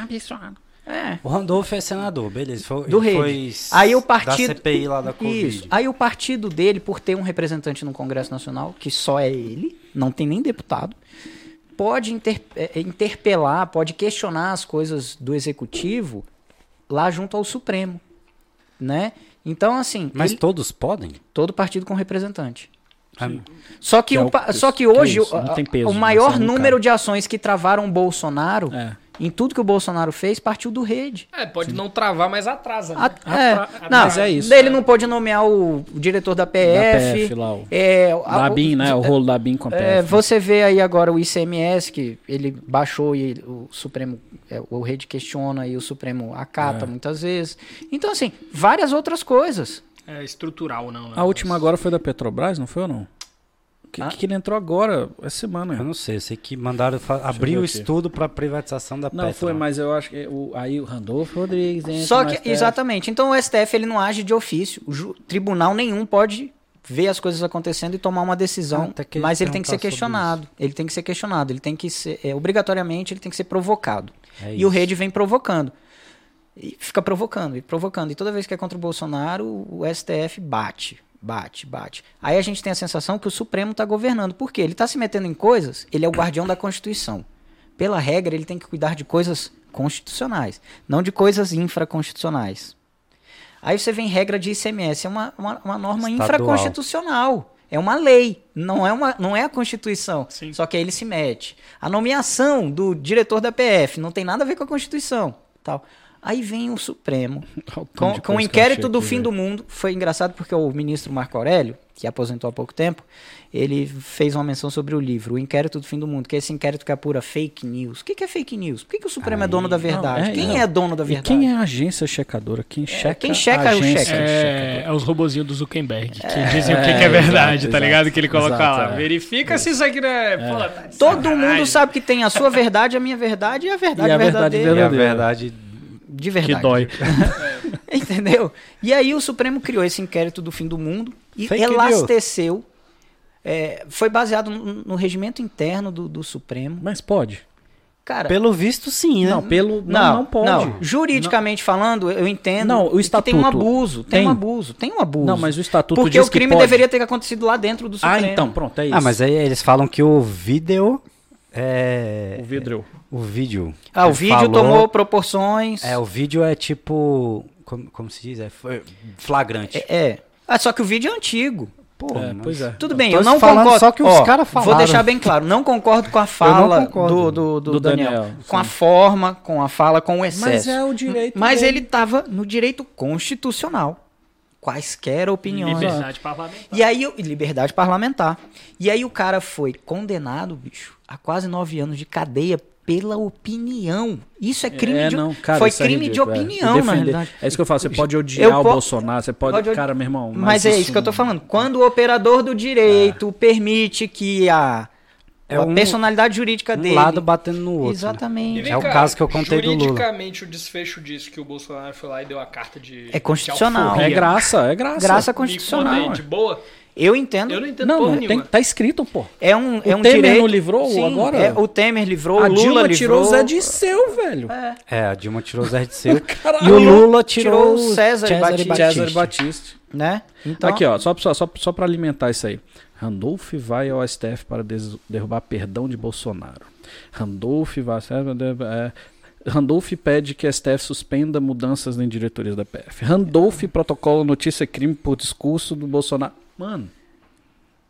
A: É.
C: O Randolph é senador, beleza. Foi,
A: Do
C: ele
A: rei.
C: foi
A: Aí o
C: Da
A: partido-
C: CPI lá da Covid.
A: Isso. Aí o partido dele, por ter um representante no Congresso Nacional, que só é ele, não tem nem deputado, pode inter- eh, interpelar, pode questionar as coisas do executivo lá junto ao Supremo, né? Então assim,
C: Mas
A: ele-
C: todos podem?
A: todo partido com representante. Só que,
B: Que é
A: o
B: o-
A: pa- só que
B: que é
A: hoje
B: isso,
A: o-
B: não tem peso,
A: o
B: né?
A: maior
B: Você não
A: número de ações que travaram o Bolsonaro
B: É.
A: em tudo que o Bolsonaro fez, partiu do rede.
D: É, pode não travar, mas atrasa. né?
A: A- é,
D: Atra-
A: não,
B: mas é isso.
A: Ele não pôde nomear o diretor da PF.
B: PF lá, o
A: é, a-
B: Labin, né? O rolo Labin com a PF.
A: É, você vê aí agora o ICMS, que ele baixou e o Supremo, é, o Rede questiona e o Supremo
B: É.
A: acata muitas vezes. Então, assim, várias outras coisas.
D: É estrutural, não. né?
B: A última agora foi da Petrobras, não foi ou não? Que, que ele entrou agora, essa semana.
C: Ah. Eu não sei, eu sei que mandaram fa- abrir
B: ver
C: o
B: aqui.
C: estudo pra privatização da
B: Não,
C: Petro. né?
B: foi, mas eu acho que o, aí o Randolfo Rodrigues. entra
A: Só
B: no
A: que,
B: STF.
A: exatamente. Então, o STF ele não age de ofício. O ju- tribunal nenhum pode ver as coisas acontecendo e tomar uma
C: Ah,
A: decisão,
C: até queria
A: mas ele tem que ser
C: perguntar sobre
A: questionado. Ele tem que ser questionado. Ele tem que ser, é, obrigatoriamente, ele tem que ser provocado.
C: É
A: e o
C: isso.
A: Rede vem provocando. E fica provocando e provocando. E toda vez que é contra o Bolsonaro, o STF bate, bate, bate. Aí a gente tem a sensação que o Supremo está governando. Por quê? Ele está se metendo em coisas, ele é o guardião da Constituição. Pela regra, ele tem que cuidar de coisas constitucionais, não de coisas infraconstitucionais. Aí você vem regra de ICMS, é uma, uma, uma norma
C: Estadual.
A: infraconstitucional. É uma lei, não é, uma, não é a Constituição.
D: Sim.
A: Só que aí ele se mete. A nomeação do diretor da PF não tem nada a ver com a Constituição. tal. Aí vem o Supremo,
B: Olha o tanto
A: com, com o
B: de coisa que eu
A: inquérito
B: achei
A: do
B: aqui,
A: fim do
B: velho.
A: mundo, foi engraçado porque o ministro Marco Aurélio, que aposentou há pouco tempo, ele fez uma menção sobre o livro, O Inquérito do Fim do Mundo, que é esse inquérito que apura fake news. O que, que é fake news? Por que, que o Supremo é dono da verdade?
B: é,
A: quem
B: não.
A: é dono da
B: E
A: verdade?
B: quem é a agência checadora? Quem checa?
A: quem checa é
B: a
A: o
B: agência
A: checa.
F: É,
B: checadora?
F: é os robozinhos do Zuckerberg, que dizem o que, que é verdade,
B: exato,
F: tá ligado? Que ele coloca
B: exato,
F: lá.
B: é.
F: Verifica se isso aqui não é. Pô, tá de
A: Todo
F: sacanagem.
A: mundo sabe que tem a sua verdade, a minha verdade e a verdade
B: E a
A: verdadeira.
B: verdade
C: E a
B: verdadeira.
C: verdade
A: De verdade. Entendeu? E aí o Supremo criou esse inquérito do fim do mundo e
C: Fake news.
A: elasteceu. é, foi baseado no, no regimento interno do, do Supremo.
B: Mas pode.
A: Cara,
C: Pelo visto, sim, né?
B: Não, pelo. Não, não, pode. Não.
A: Juridicamente falando, eu entendo
B: Não, o
A: que tem um
B: estatuto.
A: abuso. Tem, um
B: Tem.
A: abuso. Tem um abuso.
B: mas o estatuto
A: Porque
B: diz
A: o
B: que
A: crime
B: pode.
A: deveria ter acontecido lá dentro do Supremo.
B: Ah, então, pronto, é isso.
C: Ah, mas aí eles falam que o vídeo é.
B: O vidro.
C: O vídeo.
A: Ah, o
C: Ele
A: vídeo
C: falou-
A: tomou proporções.
C: É, o vídeo é tipo. Como, como se diz? É foi- flagrante.
A: É, é. Ah, só que o vídeo é antigo.
C: Pô,
B: É,
C: mas-
B: pois é.
A: Tudo bem,
C: tô
A: eu não
C: falando
A: concordo.
C: só que os
A: Ó,
C: caras
A: Vou
C: falaram.
A: deixar bem claro, não concordo com a fala do,
C: concordo.
A: do, do
B: Do
A: Daniel,
B: Daniel,
A: Com a forma, com a fala, com o excesso.
B: Mas é o direito.
A: Mas
B: dele.
A: ele estava no direito constitucional. Quaisquer opiniões.
F: Liberdade parlamentar.
A: E aí, o- e liberdade parlamentar. E aí o cara foi condenado, bicho, a quase nove anos de cadeia pela opinião. Isso é crime
B: é,
A: de
B: não, cara,
A: Foi
B: isso é
A: crime
B: ridículo,
A: de
B: é.
A: opinião, na
B: Defender.
A: realidade.
B: É isso que eu falo, você pode odiar
A: eu
B: o
A: po-
B: Bolsonaro, você pode,
A: pode odi-
B: cara, meu irmão,
A: Mas, é isso que eu tô
B: não-
A: falando. Quando o operador do direito permite que a,
C: É
A: a
C: um-
A: personalidade jurídica
C: Um
A: dele.
C: lado batendo no outro. né?
D: E
A: Exatamente.
D: vem
C: É o
D: cá,
C: caso que eu contei do Lula.
D: Juridicamente, o desfecho disso que o Bolsonaro foi lá e deu a carta de.
A: É constitucional.
D: de
B: É
D: alforria.
B: graça, é graça.
A: Graça
D: Me conta
A: constitucional.
D: aí, De boa?
A: Eu entendo.
D: Eu não entendo
B: Não,
D: porra
B: não tem,
D: nenhuma.
B: tá escrito, pô.
A: É um, é
B: O
A: um
B: Temer
A: direito.
B: não livrou agora?
A: é, o Temer livrou,
B: a
A: o Lula
B: Dilma
A: livrou,
B: tirou o Zé Disseu, velho.
C: É, a Dilma tirou o Zé de Seu.
B: Caralho.
C: e o Lula
A: tirou
C: tirou,
A: o César Batista.
B: César Batista.
A: né? Então,
B: Tá Aqui, ó, só, só, só, só para alimentar isso aí. Randolph vai ao STF para des- derrubar perdão de Bolsonaro. Randolph vai. é, Randolph pede que a STF suspenda mudanças em diretorias da PF.
A: É.
B: Randolph protocola notícia crime por discurso do Bolsonaro. Mano,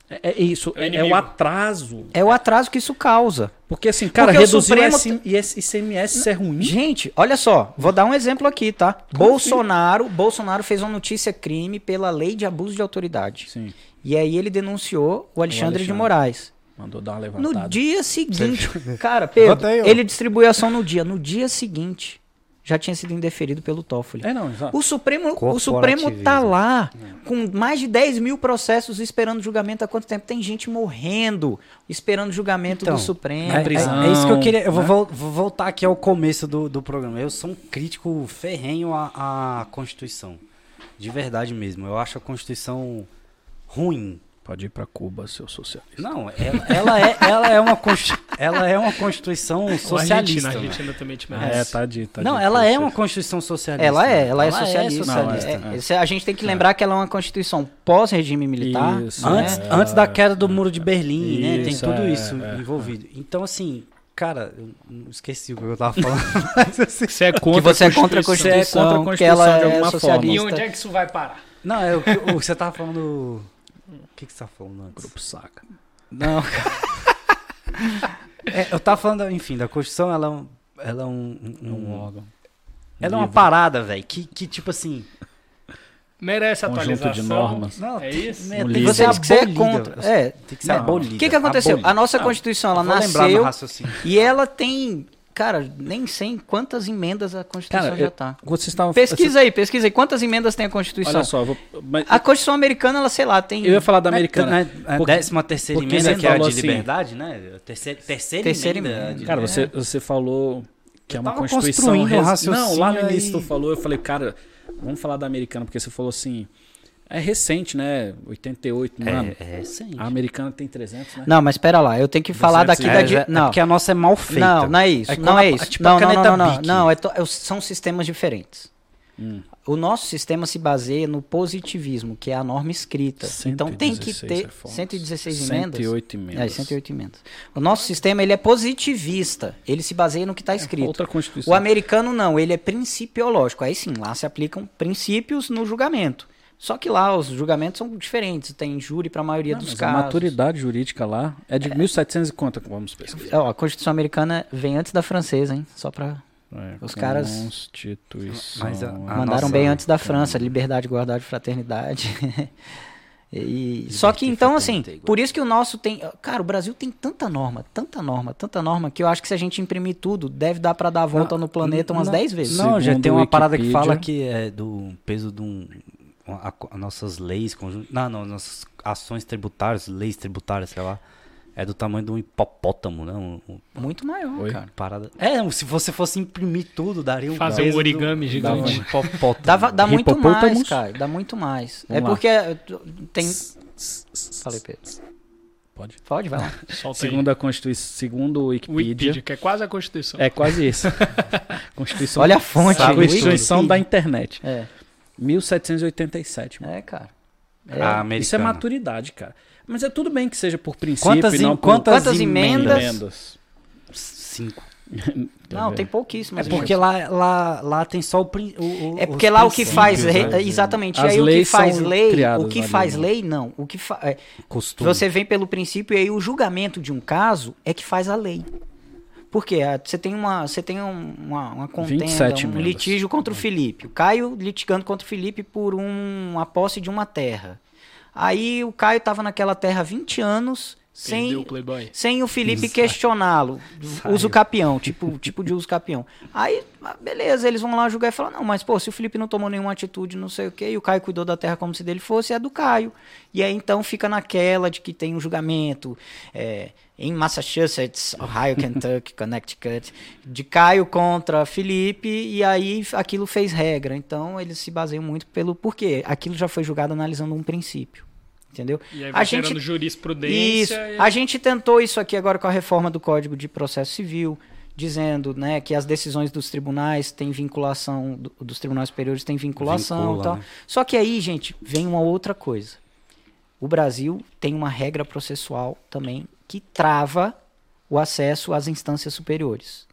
B: é, é isso.
D: É o
B: É, é
D: inimigo.
B: o atraso.
A: é o atraso que isso causa.
B: Porque assim, cara,
A: Porque o
B: reduzir o,
A: Supremo tá-
B: SM, e esse ICMS é ruim.
A: Gente, olha só, vou dar um exemplo aqui, tá?
B: assim?
A: Bolsonaro, Bolsonaro fez uma notícia crime pela lei de abuso de autoridade.
B: Sim,
A: E aí ele denunciou o Alexandre, de
B: Alexandre.
A: Moraes.
B: mandou dar uma
A: No
B: levantada.
A: dia seguinte, cara, Pedro,
C: Bota aí, ó.
A: ele distribuiu ação no dia. No dia seguinte, já tinha sido indeferido pelo Toffoli.
B: É, não, exato.
A: O Supremo, o
C: Corporativismo.
A: Supremo tá lá com mais de 10 mil processos esperando julgamento há quanto tempo? Tem gente morrendo esperando julgamento
C: Então,
A: do Supremo.
C: É,
B: prisão,
C: é- é isso que eu queria. Eu vou,
B: né?
C: vol- vou voltar aqui ao começo do, do programa. Eu sou um crítico ferrenho à, à Constituição. De verdade mesmo. Eu acho a Constituição ruim.
B: Pode ir pra Cuba, seu socialista.
C: Não, ela, ela é, ela, é uma, consti- ela é uma Constituição
F: Ou a Argentina,
C: socialista.
F: a
C: né?
F: Argentina também te merece.
B: É, tá dito. tá
C: Não,
B: dito,
C: ela
B: eu
C: é
B: sei.
C: uma Constituição socialista.
A: Ela é, ela é socialista.
B: socialista.
A: É, é, A gente tem que lembrar que ela é uma constituição pós-regime militar.
B: Isso. é.
A: né?
C: Antes, antes da queda do muro de Berlim, né? Tem
B: Isso,
C: tudo
B: é,
C: isso
B: é,
C: envolvido. Então, assim, cara, eu não esqueci o que eu tava falando.
F: Você é
A: Que
F: contra
A: você é
F: a
A: contra
F: Constituição.
A: a Constituição,
B: Você é contra a
A: que
B: Constituição
A: ela
B: de
A: é
B: alguma forma.
D: E
A: socialista.
D: onde é que isso vai parar?
C: Não, é o que o que você tava falando. O que, que você tava falando antes?
B: Grupo saca.
C: Não, cara. É, eu tava falando, enfim, da Constituição, ela é um- ela é um- um-
A: Hum.
B: um
C: um
B: órgão.
C: ela é uma
B: Livre.
C: parada, velho, que, que tipo assim.
D: Merece
B: Conjunto
D: atualização.
B: de normas.
C: Não,
D: É isso?
B: Um
A: E
B: livro.
A: você
B: Isso.
A: diz que você é contra. É.
C: Tem que ser
B: Não.
C: abolida.
A: O que, que aconteceu?
C: Abolida.
A: A nossa Constituição, ela
C: Vou lembrar meu
A: nasceu
C: raciocínio.
A: e ela tem, cara, nem sei quantas emendas a Constituição
B: Cara,
A: já
B: eu-
A: tá.
B: Quando vocês estavam
A: Pesquisa aí, pesquisa aí. Quantas emendas tem a
B: Olha
A: Constituição?
B: só, eu, vou- mas-
A: A Constituição americana, ela, sei lá, tem...
B: eu ia falar da americana.
C: A,
B: Porque-
C: Né, décima terceira
B: porque
C: emenda,
B: você
C: que é a de
B: falou assim-
C: liberdade, né? A Terceira, terceira,
A: Terceira
C: emenda.
A: emenda.
C: de-
B: né? Cara, você, você falou que é uma
C: tava
B: constituição.
C: construindo um
B: res- Não, lá no
C: raciocínio
B: início
C: aí.
B: tu falou, eu falei, cara, vamos falar da americana, porque você falou assim, é recente, né? 88, mano.
C: É, é sim.
B: A americana tem 300, né?
A: Não, mas pera lá, eu tenho que falar daqui
B: é-
A: da...
B: é-
A: di- Não.
C: Porque a nossa é mal feita.
A: Não, não é isso.
C: É quando
A: não
C: a-
A: é isso.
C: tipo a
A: não, não,
C: caneta
A: não, não, não,
C: Bic.
A: não, é to- é os- são sistemas diferentes.
B: Hum.
A: O nosso sistema se baseia no positivismo, que é a norma escrita. Então tem que
B: 116
A: ter
B: reformas.
A: 116 emendas.
B: 108 emendas.
A: É, 108 emendas. O nosso sistema ele é positivista. Ele se baseia no que está escrito.
B: É, Outra constituição.
A: o americano não, ele é principiológico. Aí sim, lá se aplicam princípios no julgamento. Só que lá os julgamentos são diferentes. Tem júri para a maioria
B: Não,
A: dos
B: mas
A: casos.
B: A maturidade jurídica lá é de 1700 e conta, vamos pesquisar.
A: Ó, a Constituição americana vem antes da francesa, hein? Só para
B: É,
A: Os caras- ah,
B: Constituição.
C: Mas a- a
B: americana.
A: Mandaram
C: Ah, nossa-
A: bem antes da França, liberdade, igualdade, fraternidade. E- só que então assim,
C: fraternidade.
A: por isso que o nosso tem, cara, o Brasil tem tanta norma, tanta norma, tanta norma que eu acho que se a gente imprimir tudo, deve dar pra dar a volta no planeta umas
C: não-
A: 10 vezes.
C: Não, já
B: Segundo
C: tem uma parada que
B: Wikipedia.
C: fala que é do peso de um. a- a- nossas leis, conjun- não, não, nossas ações tributárias, leis tributárias, sei lá. É do tamanho de um hipopótamo, né? Um- um-
A: Muito maior,
B: Oi?
A: cara.
C: parada. É, um- se você fosse imprimir tudo, daria um
F: Fazer um
C: peso do-
F: origami
C: da-
F: gigante.
C: um hipopótamo.
A: Dá, va- dá muito
B: Hipopótamos?
A: mais, cara, dá muito mais.
B: Vamos
A: é
B: lá.
A: porque eh, tu- tem Falei, Pedro.
B: Pode.
A: Pode, vai lá.
D: Solta aí.
B: Segundo a Constituição, segundo o
D: Wikipedia, que é quase a Constituição.
B: É quase isso. Constituição,
A: Olha a fonte,
B: a
A: Wikipedia.
B: Constituição da internet.
A: É,
B: 1787. mano.
A: é, cara. É.
C: A
B: Isso é
C: americana.
B: maturidade, cara. Mas é tudo bem que seja por princípio
C: Quantas,
B: e não
C: em-
B: por
C: quantas,
A: Quantas
C: emendas?
A: emendas?
B: emendas.
C: Cinco.
A: Não, tem
C: É
A: pouquíssimas.
C: porque lá, lá, lá tem só o. prin- o- o-
A: É porque
C: os
A: lá o que
C: princípios,
A: faz
C: né?
A: re- exatamente,
B: As
A: aí o que
B: leis
A: faz
B: são
A: lei,
B: criadas
A: o que
B: ali,
A: faz
B: né?
A: lei não, o que fa... é,
C: Costume.
A: você vem pelo princípio e aí o julgamento de um caso é que faz a lei. Porque é, você tem uma, você tem um- uma, uma contenda,
B: 27
A: um
B: emendas.
A: litígio contra o Felipe. O Caio litigando contra o Felipe por um- uma posse de uma terra. Aí o Caio estava naquela terra há 20 anos sem
D: Perdeu o Playboy.
A: sem o Felipe questioná-lo. Uso capião, tipo, tipo de uso capião. Aí, ah, beleza, eles vão lá julgar e falar: não, mas pô, se o Felipe não tomou nenhuma atitude, não sei o quê, e o Caio cuidou da terra como se dele fosse, é do Caio. E aí então fica naquela de que tem um julgamento é, em Massachusetts, Ohio, Kentucky, Connecticut, de Caio contra Felipe, e aí aquilo fez regra. Então eles se baseiam muito pelo porquê. Aquilo já foi julgado analisando um princípio. Entendeu?
D: E aí
A: A
D: vai
A: gente-
D: gerando
A: Isso.
D: jurisprudência. e-
A: A gente tentou isso aqui agora com a reforma do Código de Processo Civil, dizendo né, que as decisões dos tribunais têm vinculação, do- dos tribunais superiores têm vinculação
C: Vincula,
A: e tal.
C: né?
A: Só que aí, gente, vem uma outra coisa. O Brasil tem uma regra processual também que trava o acesso às instâncias superiores.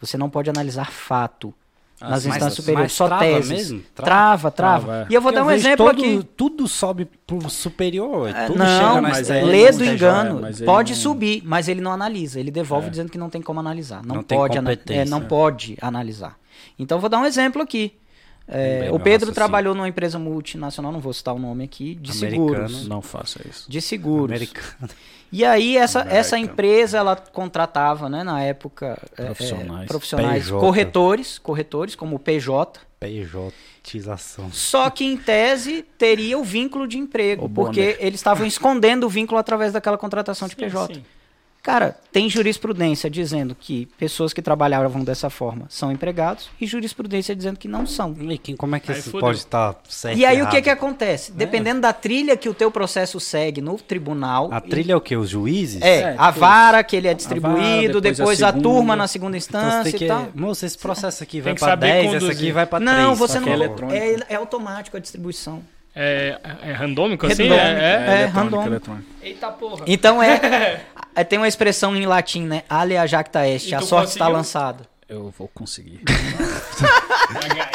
A: Você não pode analisar fato nas
C: Ah, mas-
A: instâncias superiores,
C: mas
A: só
C: trava
A: teses.
C: mesmo?
A: Trava, trava.
B: Trava, é.
A: E eu vou
C: Porque
A: dar um
C: vejo
A: exemplo
C: todo-
A: aqui.
C: Tudo sobe pro superior.
A: É,
C: tudo chega
A: não,
C: na
A: mas
B: é-
C: esfera
A: lei do
C: TJ.
A: engano
B: é, mas ele
A: pode
B: não-
A: subir, mas ele não analisa. Ele devolve dizendo que não tem como analisar. Não,
C: Não tem
A: pode, ana-
C: competência.
A: é, não pode analisar. Então vou dar um exemplo aqui. É,
C: Lembrei
A: o
C: meu
A: Pedro
C: raciocínio.
A: trabalhou numa empresa multinacional, não vou citar o nome aqui, de
C: Americana.
A: seguros.
B: Não faça isso.
A: De seguros.
C: Americano.
A: E aí essa,
B: Americano.
A: essa empresa ela contratava, né, na época, é, é,
B: Profissionais.
A: profissionais
C: PJ.
A: corretores, corretores como o PJ.
C: PJização.
A: Só que em tese teria o vínculo de emprego,
B: Ô,
A: porque
B: Bonner.
A: eles estavam escondendo o vínculo através daquela contratação de
D: Sim,
A: PJ.
D: sim.
A: Cara, tem jurisprudência dizendo que pessoas que trabalhavam dessa forma são empregados e jurisprudência dizendo que não são.
C: E quem, como é que
D: Aí
C: isso
D: fudeu.
C: pode estar certo?
A: E aí o que
C: É
A: é?
C: errado?
A: que acontece? Dependendo da trilha que o teu processo segue no tribunal,
C: A trilha é o quê? Os juízes?
A: é,
B: É,
A: a
B: depois-
A: vara que ele é
B: vara,
A: distribuído,
B: depois
A: depois,
B: a
A: a,
B: segunda.
A: turma na segunda
C: Então você
A: instância
C: tem que.
A: e tal.
C: Moça, esse processo aqui vai
D: que
C: pra
D: saber
C: 10, essa
D: conduzir.
C: aqui vai pra 3.
A: Não, você
C: só
A: não
C: que ela é
B: eletrônica.
A: é, é automático a distribuição.
D: É, é randômico assim?
A: Randômico.
D: É,
A: É,
B: eletrônica,
A: randômico.
B: eletrônica.
D: é. Eita porra.
A: Então é, é- tem uma expressão em latim, né? Alia jacta est,
D: E
A: a
D: tu
A: sorte está
D: conseguiu?
A: lançada.
B: Eu vou conseguir.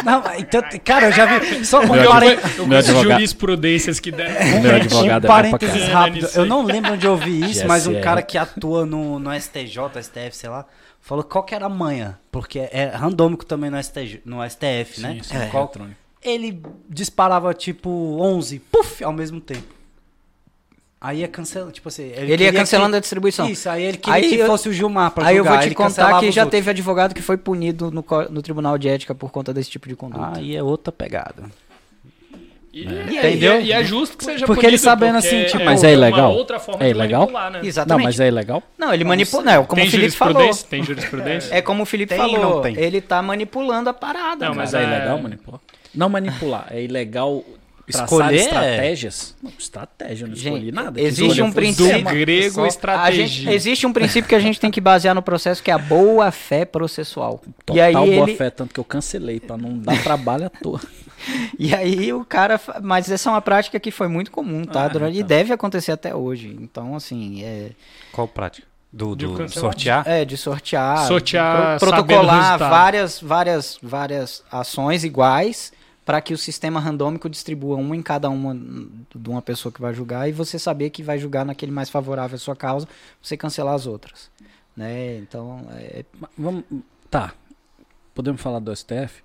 C: Não, então, cara, eu já vi. Só um
B: Meu
C: parê-
D: Eu
B: Meu
D: gosto de
B: advogado.
D: jurisprudências que deram.
B: Meu
C: um
B: advogado é bom pra
C: parênteses
B: caralho.
C: rápido.
D: nisso
C: Eu
D: aí.
C: não lembro onde eu ouvi isso, mas um
B: GSR.
C: cara que atua no, no STJ, STF, sei lá, falou qual que era a manha, porque é randômico também no, STJ, no STF, né?
B: Sim, sim,
C: É. Qual-
B: eletrônico.
C: ele disparava tipo 11, puf, ao mesmo tempo. Aí ia cancelando, tipo assim.
A: Ele ia
C: queria
A: cancelando
C: que-
A: a distribuição.
C: Isso, aí ele queria
A: Aí
C: que
A: eu-
C: fosse o Gilmar pra
A: Aí eu vou
C: julgar,
A: te
C: ele
A: contar
C: cancelava
A: que
C: os
A: já
C: outros.
A: teve advogado que foi punido no, co- no Tribunal de Ética por conta desse tipo de conduta.
C: Aí é outra pegada.
D: E,
B: Entendeu?
D: E, e é justo que seja
C: Porque ele
D: punido,
C: sabendo
D: porque
C: assim, tipo,
B: Mas é
D: uma
B: ilegal?
D: outra forma
B: É
D: de
B: ilegal?
D: manipular, né?
A: Exatamente.
B: Não, mas é ilegal?
A: Não, ele manipula. Não, é como
D: Tem
A: o Felipe falou.
D: jurisprudência? Tem jurisprudência?
A: É como o Felipe
C: Tem, não
A: falou.
C: tem.
A: Ele tá manipulando a parada. cara.
D: Não,
B: Mas
D: mas é-
B: é ilegal manipular? Não manipular, é ilegal traçar
C: Escolher é-
B: estratégias? Não, estratégia, eu não escolhi
A: Gente,
B: nada.
A: existe um
B: É
A: princípio.
D: Do grego
A: Só- a
D: estratégia.
A: gente- existe um princípio que a gente tem que basear no processo, que é a boa fé processual.
B: Total
A: e aí
B: boa
A: ele,
B: fé, tanto que eu cancelei pra não dar trabalho à toa.
A: E aí o cara. fa- Mas essa é uma prática que foi muito comum, tá?
B: Ah,
A: Durante- E
B: então.
A: deve acontecer até hoje. Então, assim, é,
C: Qual prática? Do,
D: De
C: do
D: cancelar.
C: sortear?
A: é de sortear.
F: Sortear,
A: pro-
F: sabendo o
A: protocolar
F: resultado.
A: várias, várias, várias ações iguais para que o sistema randômico distribua uma em cada uma de uma pessoa que vai julgar e você saber que vai julgar naquele mais favorável à sua causa, você cancelar as outras. Né? Então, é,
B: Mas vamos- Tá. Podemos falar do STF?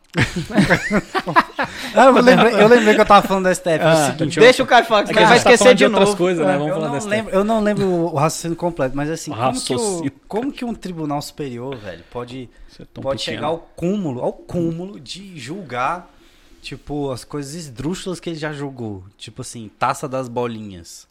C: Ah, eu, lembrei, eu lembrei que eu tava falando do STF. é o
B: Ah,
C: seguinte,
B: Deixa
A: o cara falar,
B: É que a gente tá falando de outras coisas, né? Vamos
C: É, eu,
B: falar
C: não
B: do STF.
C: lembro, eu não lembro o raciocínio completo, mas assim,
B: O
C: como que, o,
B: raciocínio.
C: como que um tribunal superior, velho, pode
B: Você é tão
C: pode
B: pequeno.
C: chegar ao cúmulo, ao cúmulo de julgar, tipo, as coisas esdrúxulas que ele já julgou. Tipo assim, taça das bolinhas.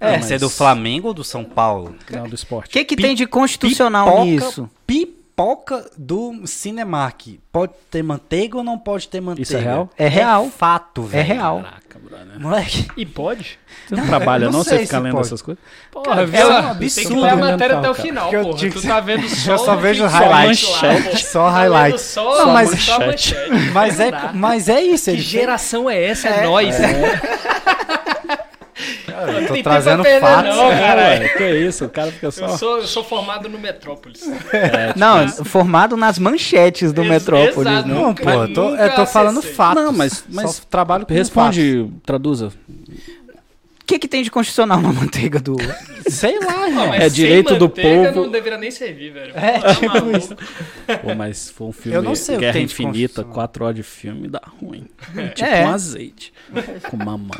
C: É,
B: É,
C: mas... é
B: mas-
C: do Flamengo ou do São Paulo?
B: Não, do
A: O
B: esporte.
A: que, que tem de constitucional
C: Pipoca-
A: nisso?
C: Pipoca do Cinemark. Pode ter manteiga ou não pode ter manteiga?
B: Isso é real?
A: É real.
C: fato, velho.
A: É real.
B: Caraca, brother.
C: Moleque,
D: E pode?
B: Você não trabalha,
C: eu não
B: não?
C: sei
B: Você ficar
C: se
B: lendo
C: pode.
B: essas coisas?
D: Porra,
C: é
D: viu?
C: um
D: Tem que
C: absurdo.
D: ler a matéria
B: Mental,
D: até o
B: cara.
D: final,
C: Que eu
D: porra.
C: tinha
D: Tu
C: que-
D: tá vendo só
C: eu só
D: o
C: vejo
D: fim, só a
C: highlight.
D: manchete lá, porra.
C: Só
D: Tá lendo
C: highlight.
D: Só,
C: Não,
D: só
C: mas-
D: a manchete.
C: Mas é, mas é isso.
D: Que
C: Ele
D: geração é essa? É, nós.
C: Eu tô
D: tem
C: trazendo
D: tempo a perder,
C: fatos.
D: Não, cara.
B: Ué, que isso, o cara fica só...
D: Eu sou, eu sou formado no Metrópolis.
B: É tipo
A: Não, formado nas manchetes do
D: Ex-
A: Metrópolis.
D: exato.
A: né?
C: Não,
D: Nunca-
C: pô, eu tô, eu
D: nunca
C: tô falando
D: acessei.
C: fatos.
B: Não, mas- mas
C: Só trabalho com fatos.
B: Responde, traduza.
A: O que, que tem de constitucional na manteiga do.
C: Sei lá,
D: Não,
C: irmão.
D: mas
B: É
D: sem
B: direito do
D: manteiga
B: povo.
D: não deveria nem servir, velho.
C: É,
D: Tá
C: tipo
D: maluco.
C: isso.
B: Pô, mas foi um filme
C: Eu não sei o que
B: Guerra
C: tem de
B: Infinita,
C: constitucional.
B: quatro horas de filme, dá ruim. tipo
A: É.
B: um azeite. Com mamão.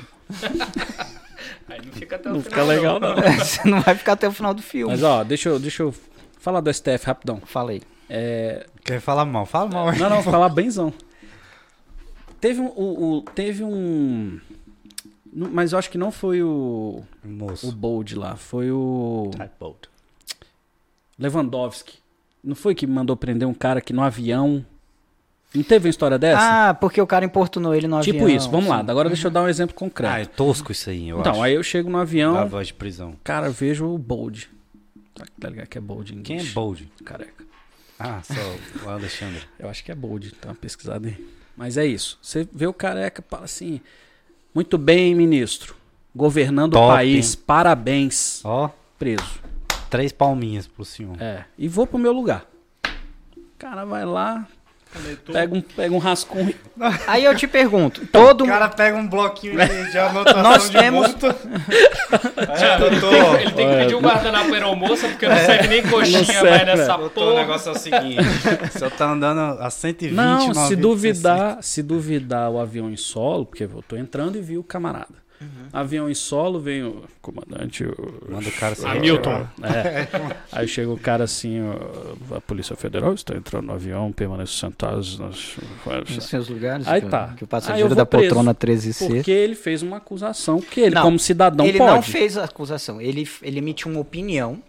D: Aí não fica até o
B: Não
D: final,
B: fica legal, não.
A: Você não vai ficar até o final do filme.
B: Mas ó, deixa eu, deixa eu falar do STF rapidão.
A: Falei.
B: É,
C: Quer falar mal? Fala mal.
B: não, não, falar benzão. Teve um, o- o- teve um. nu- Mas eu acho que não foi o, o
C: Moço.
B: Bold lá, foi o Lewandowski. Não foi que mandou prender um cara que no avião. Não teve uma história dessa?
A: Ah, porque o cara importunou ele no
B: É assim. tipo
A: avião.
B: isso, vamos lá. Agora deixa eu dar um exemplo concreto.
C: Ah, é tosco isso aí, eu
B: então,
C: acho.
B: aí eu chego no avião,
C: A voz de prisão.
B: cara, eu vejo o Bold. Tá tá ligado que é Bold em
C: Quem é
B: inglês?
C: Bold?
B: Careca.
C: Ah, só o Alexandre.
B: Eu acho que é bold, tá uma pesquisada aí. Mas é isso. Você vê o careca, fala assim: muito bem, ministro. Governando
C: Top,
B: o país, parabéns.
C: Ó,
B: Preso.
C: três palminhas pro senhor.
B: É. E vou pro meu lugar. O cara vai lá, pega um, pega um rascunho.
A: Aí eu te pergunto,
B: Então,
A: todo mundo.
C: pega um bloquinho de, de anotação
A: Nós de temos-
D: Ele tem que pedir um guardanapo para almoça, porque não serve nem coxinha
B: é. Não
D: mais
B: serve,
D: nessa
C: O
D: porra.
C: negócio é o seguinte, o senhor tá andando a 120,
B: Não, se
C: 90,
B: duvidar, se duvidar o avião em solo, porque eu tô entrando e vi o camarada. Avião em solo, vem o comandante, o
C: 60. Manda o cara se
F: Hamilton.
B: É. Aí chega o cara assim, ó, a Polícia Federal está entrando no avião, permaneçam sentados. Nas...
A: Nos seus lugares,
B: Aí
A: que, é
B: tá.
A: que o
B: Aí eu
A: passageiro
B: vou
A: da
B: preso,
A: poltrona 13C.
B: Porque ele fez uma acusação que ele,
A: Não,
B: como cidadão,
A: ele não
B: pode.
A: fez a acusação, ele, ele emitiu uma opinião.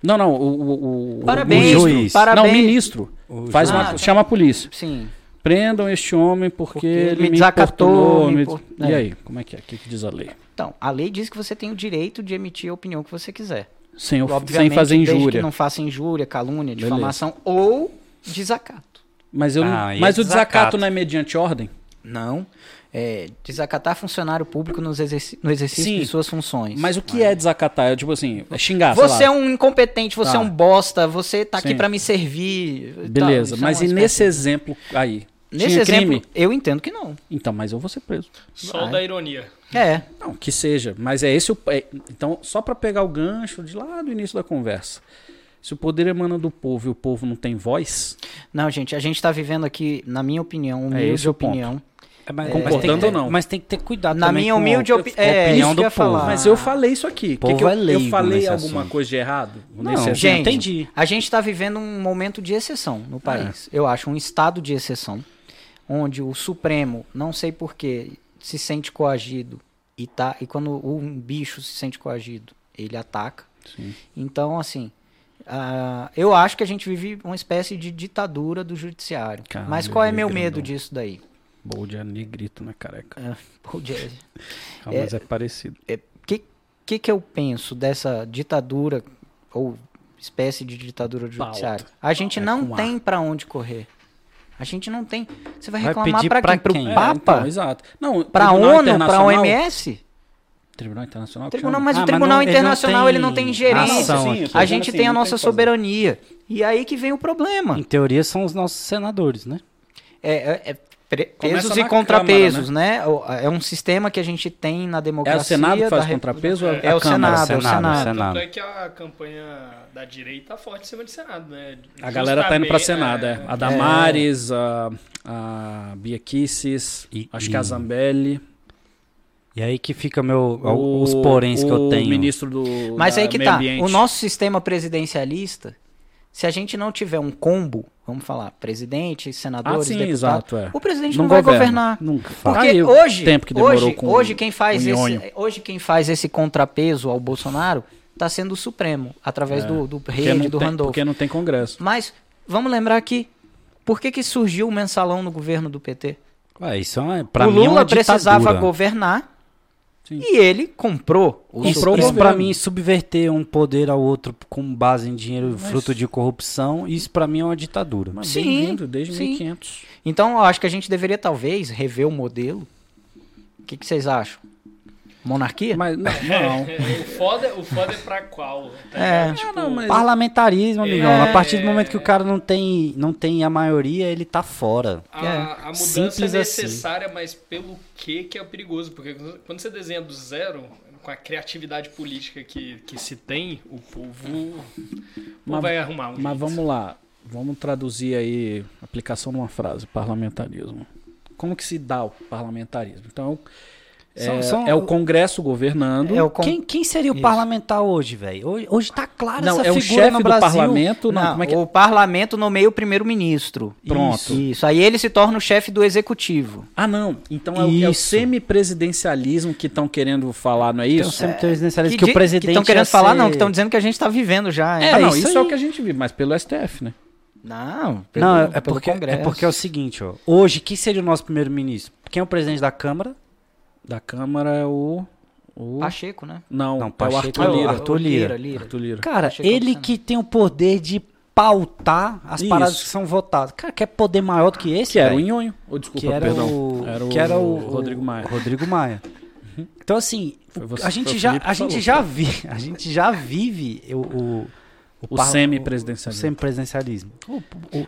B: Não, não, o, o, o-
A: Parabéns,
B: o
C: juiz.
A: parabéns. Ah,
B: Não, o ministro.
C: O
B: faz
A: juiz.
B: uma, chama a polícia.
A: Sim.
B: Prendam este homem porque,
A: Porque
B: ele
A: me
B: me
A: desacatou,
B: importunou,
A: me
B: me-
A: impor-
B: E
A: é.
B: aí, como é que é? O que, que diz a lei?
A: Então, a lei diz que você tem o direito de emitir a opinião que você quiser.
B: Sem, of- sem
A: Obviamente,
B: fazer
A: desde
B: injúria.
A: que não faça injúria, calúnia,
B: Beleza.
A: difamação ou desacato.
B: Mas, eu não-
C: Ah, e
B: mas
C: é
B: o desacato
C: desacato.
B: não é mediante ordem?
A: Não. É, desacatar funcionário público nos exerci- no exercício
B: Sim.
A: de suas funções.
B: Mas o que é desacatar? É tipo assim, é xingar, sei
A: Você
B: lá.
A: é um incompetente, você
B: Tá.
A: é um bosta, você tá aqui
B: Sim.
A: pra me servir. e tal.
B: Beleza,
A: Isso é
B: mas
A: uma
B: assim. e
A: espécie-
B: nesse exemplo aí?
A: Nesse
B: tinha
A: exemplo,
B: crime?
A: eu entendo que não.
B: Então, mas eu vou ser preso.
D: Só
A: Vai.
D: da ironia.
A: É.
B: Não, que seja, mas é esse o. é- então, só para pegar o gancho de lá do início da conversa. Se o poder emana do povo e o povo não tem voz,
A: Não, gente, a gente tá vivendo aqui, na minha opinião,
B: É
A: humilde
B: esse o ponto.
A: opinião.
C: mas,
B: Concordando
C: tem que ter-
B: ou não?
C: Mas tem que ter cuidado
A: Na
C: também
A: minha
C: com-
A: humilde opi-
C: com a
A: é,
C: opinião
A: isso
C: do
A: que eu ia
C: povo.
A: falar.
B: mas eu falei isso aqui. Que
C: povo
B: que eu,
C: é leigo
B: eu falei
C: nesse
B: alguma
C: assunto.
B: coisa de errado?
C: Não,
B: nesse exemplo?
A: Gente,
C: entendi.
A: A gente está vivendo um momento de exceção
B: É.
A: no país. Eu acho um estado de exceção, onde o Supremo, não sei porquê, se sente coagido e tá. E quando um bicho se sente coagido, ele ataca.
B: Sim.
A: Então, assim, ah, eu acho que a gente vive uma espécie de ditadura do judiciário.
B: Caralho,
A: Mas qual é meu
B: grandão.
A: medo disso daí?
B: Bold é negrito na careca.
A: Pô, Jay,
E: Ah, mas é parecido.
A: que que que eu penso dessa ditadura ou espécie de ditadura do
B: Pauta.
A: judiciário? A gente
B: É
A: não
B: com A.
A: tem pra onde correr. A quem? A gente não tem. Você vai
C: Vai
A: reclamar
C: pedir
A: pra
C: pra
A: quem? Pro
C: quem? É,
A: Papa?
B: então, exato. Não,
A: pra
B: Tribunal
A: ONU? Pra
B: Internacional-
A: OMS?
B: Tribunal Internacional? que
A: Tribunal,
B: chama?
A: mas
C: Ah,
A: o
C: mas
A: Tribunal
B: É
C: não- ele não
A: Internacional ele não
C: tem
A: tem, gerência.
C: ação
B: Sim,
C: aqui.
B: eu tô
A: a
B: dizendo
A: gente
B: assim,
A: tem a
B: não
A: nossa
B: o que fazer.
A: soberania. E aí que vem o problema.
C: Em teoria são os nossos senadores, né?
A: É, é- é pre-
B: Começa
A: pesos
B: na
A: e contrapesos, né? O- É um sistema que a gente tem na
B: É
A: democracia.
B: o Senado que faz
A: da República.
B: contrapeso? ou
A: É o
B: Câmara?
A: Senado, é o Senado.
B: Ah.
D: Tanto
C: Então,
D: é que a campanha da direita tá forte em cima do Senado, né?
B: A galera tá indo pra
D: Justamente,
B: Senado, é. A Damares, a, a Bia Kisses,
C: E-
B: acho
C: e-
B: que a Zambelli.
C: E aí que fica meu,
B: o-
C: os poréns que eu tenho.
B: O ministro do
A: Mas
B: da
A: aí que
B: Meio
A: tá.
B: Ambiente.
A: O nosso sistema presidencialista, se a gente não tiver um combo, vamos falar, presidente, senadores,
B: Ah, sim,
A: deputados,
B: exato, é.
A: o presidente não,
B: Não
A: vai
B: governa.
A: governar.
C: Nunca fala.
A: Porque
B: aí o
A: hoje,
B: tempo que demorou
A: hoje,
B: com
A: hoje quem faz
B: o Nhonho.
A: esse, hoje quem faz esse contrapeso ao Bolsonaro está sendo o Supremo, através do, do
B: É, Porque não
A: é rede, do
B: tem-
A: Randolph.
B: Porque não tem congresso.
A: Mas vamos lembrar que por que, que surgiu o mensalão no governo do PT?
C: Ué, isso é uma, pra
A: o
C: mim
A: Lula
C: é uma
A: precisava
C: ditadura.
A: governar
B: Sim.
A: e ele comprou o
C: Isso,
B: Comprou o
C: isso
B: governo.
C: pra mim subverter um poder ao outro com base em dinheiro fruto de corrupção, isso pra mim é uma ditadura.
B: Mas
A: Sim,
B: bem-vindo desde
A: sim.
B: 1500.
A: Então, eu acho que a gente deveria talvez rever o modelo. O que, que vocês acham? Monarquia?
B: Mas não, não.
D: É, o, foda, o foda é pra qual? tá
A: É.
D: ligado? Tipo,
B: Ah, não, mas-
C: Parlamentarismo, amigão.
D: É.
C: A partir do momento que o cara não tem, não tem a maioria, ele tá fora.
D: A,
A: É.
D: a mudança
C: Simples
D: é
C: assim.
D: necessária, mas pelo que que é perigoso? Porque quando você desenha do zero, com a criatividade política que, que se tem, o povo
B: Mas-
D: não vai arrumar um
B: Mas
D: jeito.
B: vamos lá. Vamos traduzir aí aplicação numa frase, parlamentarismo. Como que se dá o parlamentarismo? Então, é,
C: São- são-
B: é o Congresso governando.
A: É o con-
C: Quem, quem seria o
A: Isso.
C: parlamentar hoje, velho? Hoje, hoje tá clara
B: Não,
C: essa
B: é o
C: figura
B: chefe
C: no
B: do
C: Brasil.
B: parlamento. Não,
A: Não,
B: como é que
A: O parlamento nomeia o primeiro-ministro.
B: Pronto.
A: Isso. Isso. Aí ele se torna o chefe do executivo.
B: Ah, não. Então é o, é o
C: Isso.
B: semipresidencialismo que estão querendo falar, não é
C: Então,
B: isso?
C: sempre tem os inicialistas que,
A: di-
C: o presidente
A: estão querendo
C: ia
A: falar,
C: ser-
A: não, que estão dizendo que a gente está vivendo já. hein?
B: ah, não, isso,
C: isso
B: é
C: aí.
B: o que a gente vive, mas pelo STF, né?
A: Não, pelo,
C: Não, é
A: pelo
C: porque, é
A: Congresso.
C: porque é o seguinte, ó. Hoje, quem seria o nosso primeiro-ministro? Quem é o presidente da Câmara?
B: Da Câmara é o. o-
A: Pacheco, né?
B: Não,
C: Não,
B: é o
C: Pacheco
B: Arthur
C: é o
B: Lira.
C: Arthur Lira.
A: Lira. é
B: Arthur Lira.
C: Cara,
A: Achei que
C: ele
A: era
C: que tem o poder de pautar as
B: Isso.
C: paradas que são votadas. Cara, quer poder maior do que é esse?
B: Que era o
C: velho?
B: Nhonho. Ou desculpa,
C: que era
B: perdão.
C: o,
B: Era o,
C: que era o
B: Rodrigo Maia. Uhum.
C: Rodrigo Maia. Então assim,
B: Foi você- foi
C: a
B: o
C: gente já
B: Felipe
C: a
B: que
C: gente
B: falou.
C: já vi, a gente já vive o o,
B: O
C: par- o
B: semipresidencialismo.
C: semipresidencialismo.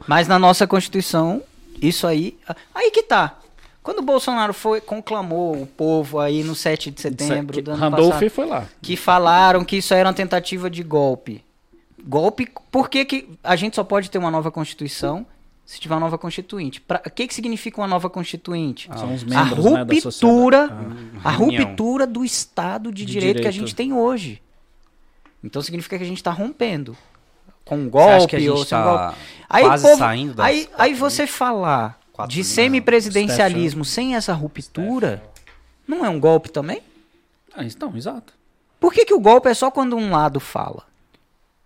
A: Mas na nossa Constituição, isso aí. Aí que tá. Quando o Bolsonaro foi, conclamou o povo aí no 7 de setembro
B: é Que-
A: do ano
B: Randolph
A: passado,
B: foi lá.
A: que falaram que isso era uma tentativa de golpe. Golpe, por que, que a gente só pode ter uma nova Constituição se tiver uma nova Constituinte? Pra- O que, que significa uma nova Constituinte?
C: Ah,
B: São os
A: a
B: membros né, da sociedade.
A: ruptura, a
C: reunião.
A: ruptura do Estado de,
B: De
A: direito, que a
B: direito.
A: gente tem hoje. Então significa que a gente está rompendo com um
C: Você
A: golpe
C: acha que a gente
A: ou sem
C: tá
A: golpe. Aí,
C: quase
A: povo-
C: saindo das
A: aí, aí você falar
C: Quatro
A: de
C: linhas.
A: semipresidencialismo sem essa ruptura, não é um golpe também?
B: Ah, então, exato.
A: Por que, que o golpe é só quando um lado fala?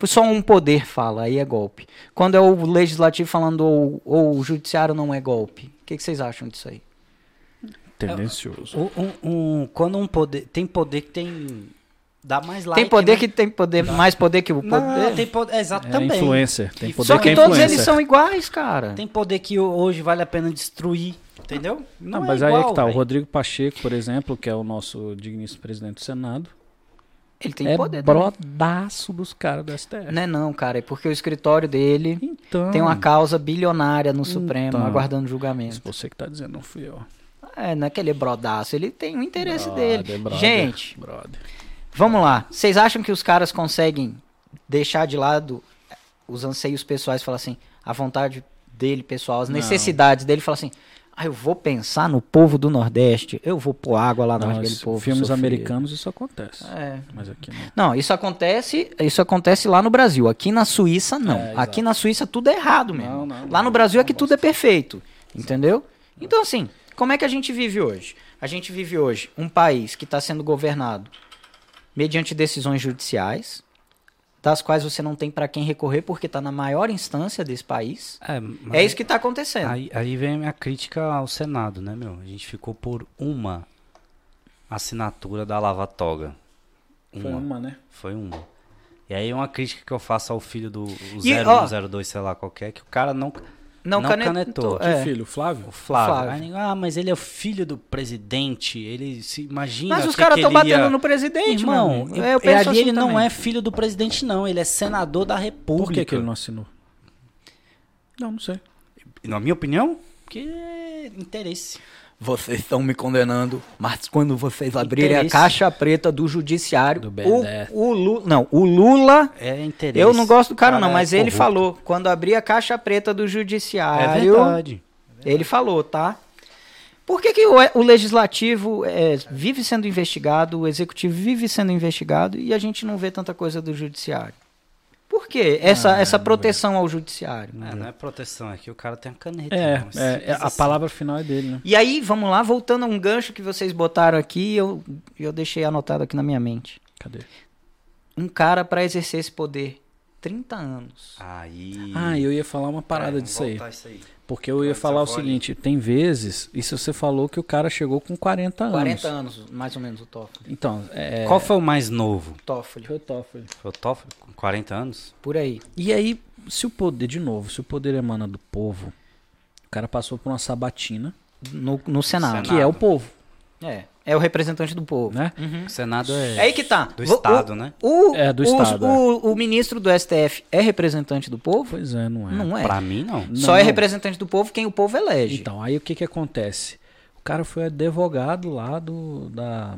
A: Só um poder fala, aí é golpe. Quando é o legislativo falando ou, ou o judiciário não é golpe. O que, que vocês acham disso aí?
C: É.
B: Tendencioso.
C: Um- um- um- quando um poder tem poder que tem dá mais like,
A: tem poder
C: né?
A: que tem poder, mais poder que o poder.
C: não, tem poder, é, exato,
B: É
C: também.
B: influencer. Tem poder
A: Só que,
B: é
A: todos
B: influencer.
A: eles são iguais, cara.
C: Tem poder que hoje vale a pena destruir.
A: Entendeu?
B: Não,
A: é
B: mas aí é
A: igual,
B: que tá. O
A: velho.
B: Rodrigo Pacheco, por exemplo, que é o nosso digníssimo presidente do Senado,
A: Ele tem
B: é
A: poder. também.
B: brodaço dos caras do STF.
A: Não é não, cara. É porque o escritório dele
B: Então.
A: tem uma causa bilionária no Supremo,
B: Então.
A: aguardando
B: Se
A: julgamento.
B: você que tá dizendo, não fui eu.
A: É, não é que ele é brodaço. Ele tem o interesse
B: Brother,
A: dele.
B: brother,
A: Gente,
B: brother.
A: Vamos lá. Vocês acham que os caras conseguem deixar de lado os anseios pessoais, falar assim, a vontade dele, pessoal, as necessidades dele, falar assim, ah, eu vou pensar no povo do Nordeste, eu vou pôr água lá na
B: Não,
A: hora daquele
B: isso-
A: povo.
B: filmes
A: sofrer."
B: americanos isso acontece.
A: É.
B: Mas aqui não.
A: Não, isso acontece, isso acontece lá no Brasil. Aqui na Suíça não.
B: É, exato.
A: Aqui na Suíça tudo é errado mesmo.
B: Não, não,
A: lá no
B: não,
A: Brasil é
B: não
A: que tudo é perfeito, entendeu? Então assim, como é que a gente vive hoje? A gente vive hoje um país que está sendo governado mediante decisões judiciais, das quais você não tem para quem recorrer porque está na maior instância desse país.
C: É,
A: É isso que está acontecendo.
C: Aí, aí vem a minha crítica ao Senado, né, meu? A gente ficou por uma assinatura da Lava Toga.
B: Foi
A: um.
C: Uma.
B: uma, né?
C: Foi uma. E aí é uma crítica que eu faço ao filho do o
A: E,
C: 01,
A: ó.
C: 02, sei lá qualquer, que o cara não.
A: não,
C: não
A: canetou.
C: canetou.
B: Que
A: é.
B: filho, Flávio?
C: O Flávio.
A: Flávio.
C: Aí ninguém, ah, mas ele é o filho do presidente. Ele se imagina.
A: Mas
C: o
A: os
C: que
A: caras
C: que
A: estão
C: ele ia-
A: batendo no presidente, meu
C: Irmão,
A: amigo.
C: eu,
A: É, eu
C: e ali
A: penso assim
C: ele não
A: também.
C: é filho do presidente, não. Ele é senador da República.
B: Por que, que ele não assinou? Não, não sei.
A: é?
C: Na minha opinião, porque é interesse.
A: Vocês estão me condenando, mas quando vocês abrirem
C: Interesse.
A: a caixa preta do judiciário,
B: Do BNDES.
A: o, o Lula, não, o Lula,
C: É interesse.
A: eu não gosto do cara,
C: O
A: não,
C: é
A: mas ele
C: corrupto.
A: falou, quando abrir a caixa preta do
C: É
A: judiciário,
C: verdade.
A: ele falou, tá? Por que, que o, o legislativo é, vive sendo investigado, o executivo vive sendo investigado e a gente não vê tanta coisa do judiciário? Por quê? Essa, essa proteção ao judiciário.
C: É, não é proteção, é que o cara tem a caneta.
B: É,
C: irmão.
B: é, é, a
C: Simples
B: palavra final é dele, né?
A: E aí, vamos lá, voltando a um gancho que vocês botaram aqui, eu, eu deixei anotado aqui na minha mente.
B: Cadê?
A: um cara pra exercer esse poder. 30 anos.
C: assim. Aí.
B: Ah, eu ia falar uma parada
C: É,
B: disso aí.
C: vamos voltar isso aí.
B: Porque eu ia
C: Antes
B: falar
C: eu
B: o
C: vou
B: seguinte, tem vezes, e se você falou que o cara chegou com 40 anos.
A: 40 anos, mais ou menos, o Toffoli.
B: Então, é...
C: Qual foi o mais novo?
A: Toffoli,
C: Foi o Toffoli, com 40 anos?
A: por aí.
B: E aí, se o poder, de novo, se o poder emana do povo, o cara passou por uma sabatina,
A: No, no Senado.
B: que é o povo,
A: É. É o representante do povo.
B: né?
C: O Senado
A: É
C: é.
A: aí que tá.
C: Do
A: Vo- o-
C: Estado, né?
A: O,
B: É, do
A: os-
B: Estado, é.
A: O, o ministro do STF é representante do povo?
B: Pois é, não é.
A: Não é.
C: Pra mim, não.
A: Só
B: Não.
A: é representante do povo quem o povo elege.
B: Então, aí o que que acontece? O cara foi advogado lá do... Da,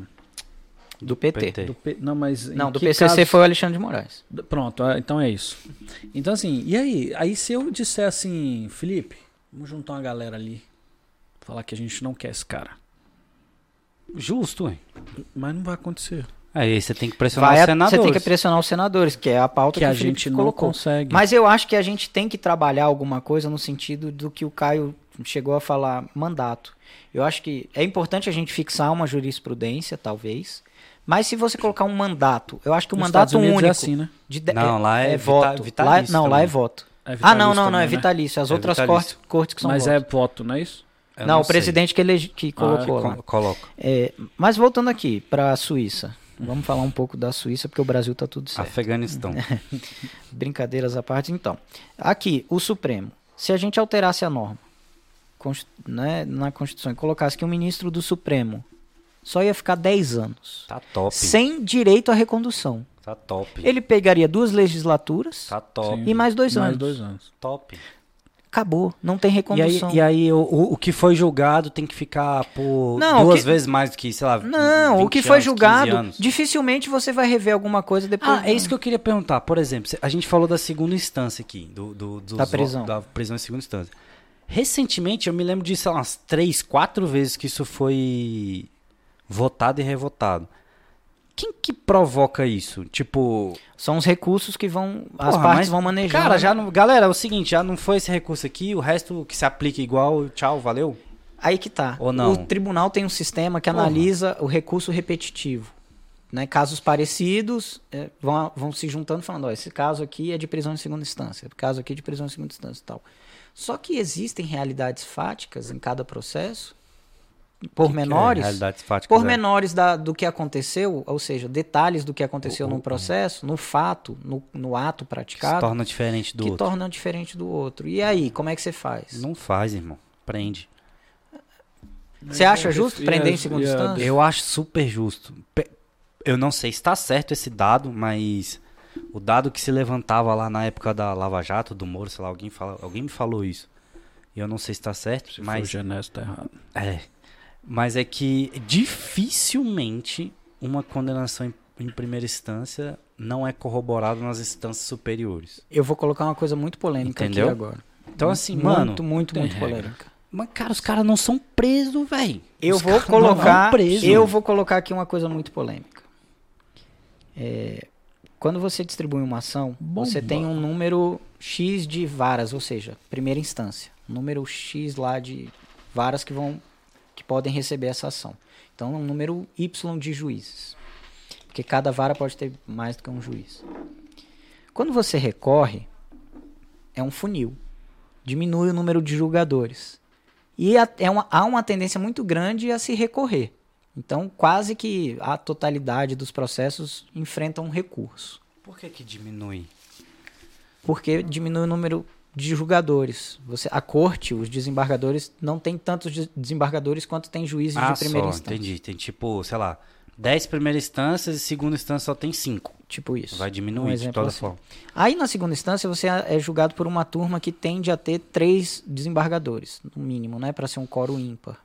A: do PT.
C: PT.
B: do P- não, mas em
A: Não, do
B: que
A: PCC
B: caso-
A: foi o Alexandre de Moraes.
B: Pronto, ah, então é isso. Então assim, e aí? Aí se eu disser assim, Felipe, vamos juntar uma galera ali, falar que a gente não quer esse cara.
C: Justo, hein?
B: Mas não vai acontecer.
C: Aí você tem que
A: É,
C: pressionar
A: Vai
C: os
A: a-
C: senadores.
A: você tem que pressionar os senadores, que é a pauta
B: Que,
A: que,
B: a
A: o Felipe
B: gente não
A: colocou.
B: consegue.
A: Mas eu acho que a gente tem que trabalhar alguma coisa no sentido do que o Caio chegou a falar, mandato. Eu acho que é importante a gente fixar uma jurisprudência, talvez. Mas se você colocar um mandato, eu acho que o
B: Nos Estados
A: mandato
B: Unidos
A: único.
B: é assim, né?
A: de de-
C: Não, lá é vita-
A: voto. Lá,
C: vitalício
A: não, lá é
C: também.
A: voto.
B: É
A: ah,
B: vitalício
A: não, não, não, é
B: também, né?
A: vitalício. As
C: É
A: outras
C: vitalício.
A: cortes, cortes que são
B: Mas
A: voto.
B: é voto, não Ah, é isso?
C: Eu
A: não, o
C: sei.
A: presidente que, elege, que colocou lá.
C: Co- Coloca.
A: É, mas voltando aqui para a Suíça. Vamos falar um pouco da Suíça, porque o Brasil tá tudo certo.
C: Afeganistão.
A: Brincadeiras à parte, então. Aqui, o Supremo. Se a gente alterasse a norma const- né, na Constituição e colocasse que o ministro do Supremo só ia ficar 10 anos,
C: Tá top.
A: sem direito à recondução.
C: Tá top.
A: Ele pegaria duas legislaturas,
C: Tá top.
A: E mais dois anos.
B: Mais dois anos.
C: Top.
A: acabou, não tem
C: E aí,
A: recondução.
C: e aí o, o, o que foi julgado tem que ficar por
A: Não, o
C: duas
A: que-
C: vezes mais do que, sei lá,
A: Não,
C: 20
A: o que foi
C: anos, 15
A: julgado,
C: anos.
A: dificilmente você vai rever alguma coisa depois.
C: Ah, é isso que eu queria perguntar. Por exemplo, a gente falou da segunda instância aqui, do, do- dos
A: Da
C: vo-
A: prisão.
C: da prisão em segunda instância. Recentemente, eu me lembro de, sei lá, umas três, quatro vezes que isso foi votado e revotado. Quem que provoca isso? Tipo,
A: São os recursos que vão, as
C: Porra,
A: partes
C: mas,
A: vão manejar. né?
C: cara, já não, galera, é o seguinte, já não foi esse recurso aqui, o resto que se aplica igual, tchau, valeu.
A: Aí que tá.
C: Ou não?
A: O tribunal tem um sistema que
C: Porra.
A: analisa o recurso repetitivo. Né? Casos parecidos é, vão, vão se juntando falando, ó, esse caso aqui é de prisão em segunda instância, esse caso aqui é de prisão em segunda instância e tal. Só que existem realidades fáticas em cada processo, pormenores,
C: Realidades fáticas, é né?
A: pormenores da, do que aconteceu, ou seja, detalhes do que aconteceu no processo, no fato, no, no ato
C: que se
A: praticado,
C: torna diferente do
A: que
C: outro.
A: tornam diferente do outro. E aí, como é que você faz?
C: Não faz, irmão. Prende.
A: Você acha justo
B: E
A: prender
B: a-
A: em segunda
B: e a-
A: instância?
C: Eu acho super justo. Pe- Eu não sei se está certo esse dado, mas o dado que se levantava lá na época da Lava Jato, do Moro, sei lá, alguém, fala, alguém me falou isso. E eu não sei se está certo,
B: Se for
C: mas.
B: o Genésio, tá errado.
C: É. Mas é que dificilmente uma condenação em, em primeira instância não é corroborada nas instâncias superiores.
A: Eu vou colocar uma coisa muito polêmica
C: Entendeu?
A: aqui agora.
C: Então, assim,
A: muito,
C: mano.
A: Muito, muito,
B: tem
A: muito
B: regra.
A: polêmica.
C: Mas, cara, os caras não são presos, velho.
A: Eu
C: Os
A: vou
C: caras não vão
A: colocar.
C: preso.
A: Eu vou colocar aqui uma coisa muito polêmica. É, quando você distribui uma ação, você tem um número X de varas, ou seja, primeira instância. Um número X lá de varas que vão. que podem receber essa ação. Então é um número Y de juízes. Porque cada vara pode ter mais do que um juiz. Quando você recorre, é um funil. Diminui o número de julgadores. E a- é uma- há uma tendência muito grande a se recorrer. Então, quase que a totalidade dos processos enfrentam um recurso.
C: Por que que diminui?
A: Porque diminui o número de julgadores. Você, a corte, os desembargadores, não tem tantos de- desembargadores quanto tem juízes
C: Ah,
A: de primeira
C: só,
A: instância.
C: entendi. Tem tipo, sei lá, 10 primeiras instâncias e segunda instância só tem 5.
A: Tipo isso.
C: Vai
A: Um
C: diminuir de
A: exemplo
C: toda
A: assim.
C: forma.
A: Aí, na segunda instância, você é é julgado por uma turma que tende a ter três desembargadores, no mínimo, né? Para ser um coro ímpar.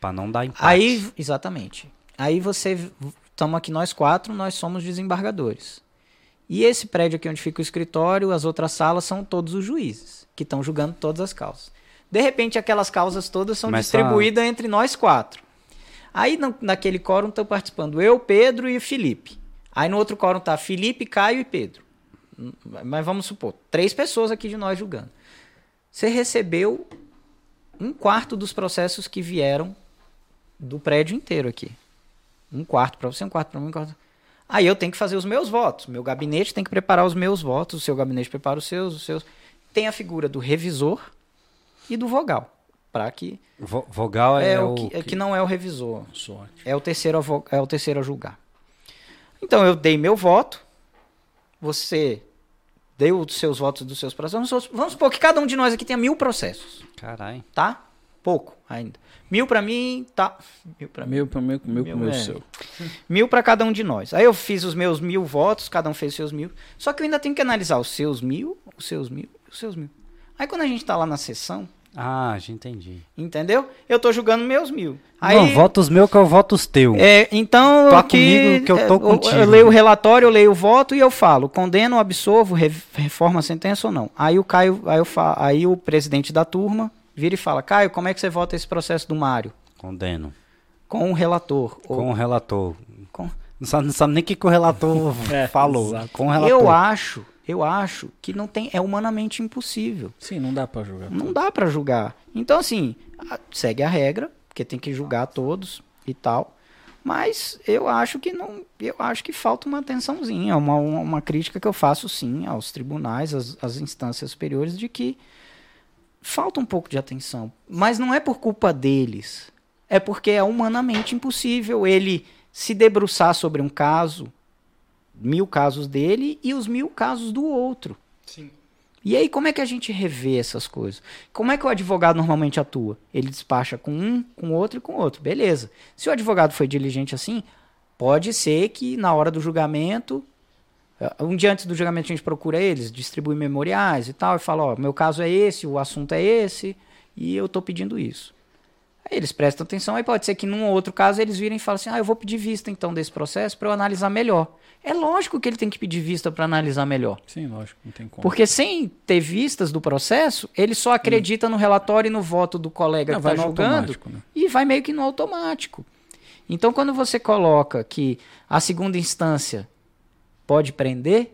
C: Pra não dar empate.
A: Aí, exatamente. Aí você. Estamos aqui nós quatro, nós somos desembargadores. E esse prédio aqui onde fica o escritório, as outras salas são todos os juízes, que estão julgando todas as causas. De repente, aquelas causas todas são
C: Começa a-
A: distribuídas entre nós quatro. Aí, na- naquele quórum, estão participando eu, Pedro e Felipe. Aí, no outro quórum, tá Felipe, Caio e Pedro. Hum, Mas vamos supor, três pessoas aqui de nós julgando. Você recebeu um quarto dos processos que vieram do prédio inteiro aqui. Um quarto pra você, um quarto pra mim, um quarto. Aí eu tenho que fazer os meus votos. Meu gabinete tem que preparar os meus votos, o seu gabinete prepara os seus, os seus. Tem a figura do revisor e do vogal, para que
C: Vo- vogal
A: é,
C: é,
A: o que, é que não é o revisor,
B: Sorte.
A: é o terceiro a vo- é o terceiro a julgar. Então eu dei meu voto, você deu os seus votos dos seus processos. Vamos, vamos supor que cada um de nós aqui tenha mil processos,
C: Caralho.
A: tá? Pouco ainda. Mil pra mim, tá? Mil pra mim.
B: Meu, pra meu, meu,
A: Meu,
B: meu, meu
A: é.
B: seu.
A: Mil para cada um de nós. Aí eu fiz os meus mil votos, cada um fez os seus mil. Só que eu ainda tenho que analisar os seus mil, os seus mil, os seus mil. Aí quando a gente tá lá na sessão,
C: Ah, já entendi.
A: entendeu? Eu tô julgando meus mil. Aí,
C: Não, vota os meus que eu voto os teus.
A: é, então
C: Tá
A: aqui,
C: comigo que eu tô
A: é,
C: contigo.
A: Eu leio o relatório, eu leio o voto e eu falo, condeno, absolvo, re- reforma a sentença ou não. Aí o Caio, aí, eu fa- aí o presidente da turma vira e fala, Caio, como é que você vota esse processo do Mário?
C: Condeno.
A: Com o relator. ou
C: Com o relator.
A: Com-
C: Não, sabe, não sabe nem o que, que o relator É, falou. Com o relator.
A: Eu acho, eu acho que não tem, é humanamente impossível.
B: Sim, não dá pra jogar.
A: Não dá pra julgar. Então assim, a- segue a regra, porque tem que julgar todos e tal. Mas eu acho que não, eu acho que falta uma atençãozinha, uma, uma, uma crítica que eu faço sim aos tribunais, às, às instâncias superiores de que falta um pouco de atenção, mas não é por culpa deles. É porque é humanamente impossível ele se debruçar sobre um caso, mil casos dele e os mil casos do outro.
D: Sim.
A: E aí, como é que a gente revê essas coisas? Como é que o advogado normalmente atua? Ele despacha com um, com outro e com outro. Beleza. Se o advogado foi diligente assim, pode ser que na hora do julgamento. eh, Um dia antes do julgamento a gente procura eles, distribui memoriais e tal, e fala: Ó, meu caso é esse, o assunto é esse, e eu tô pedindo isso. Aí eles prestam atenção, aí pode ser que num ou outro caso eles virem e falem assim: ah, eu vou pedir vista então desse processo para eu analisar melhor. É lógico que ele tem que pedir vista para analisar melhor.
B: Sim, lógico, não tem como.
A: Porque sem ter vistas do processo, ele só acredita no relatório e no voto do colega
B: Não,
A: que está
B: vai no
A: tá julgando
B: automático, né?
A: e vai meio que no automático. Então, quando você coloca que a segunda instância pode prender,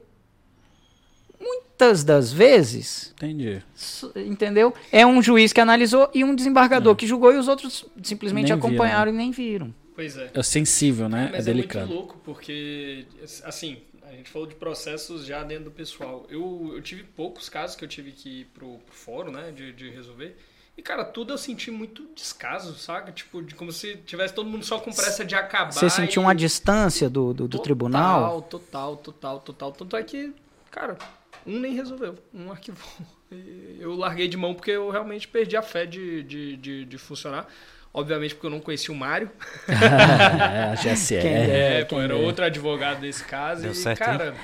A: muitas das vezes,
B: Entendi.
A: s- entendeu? É um juiz que analisou e um desembargador que julgou e os outros simplesmente
B: É. Nem né?
A: acompanharam e nem viram.
D: Pois é.
B: É sensível, né?
D: Mas
B: é
D: é,
B: delicado.
D: muito louco, porque, assim, a gente falou de processos já dentro do pessoal. Eu, eu tive poucos casos que eu tive que ir pro, pro fórum, né, de, de resolver. E, cara, tudo eu senti muito descaso, saca? Tipo, de como se tivesse todo mundo só com pressa de acabar.
A: Você sentiu
D: e-
A: uma distância do, do, do tribunal?
D: Total, total, total. Tanto é que, cara, um nem resolveu, um arquivou. E Eu larguei de mão porque eu realmente perdi a fé de, de, de, de funcionar. Obviamente porque eu não conhecia o Mário.
B: a GSR.
A: Quem é?
D: É, pô,
A: quem
D: era
A: é?
D: outro advogado desse caso.
C: Deu
D: e,
C: certo,
D: cara,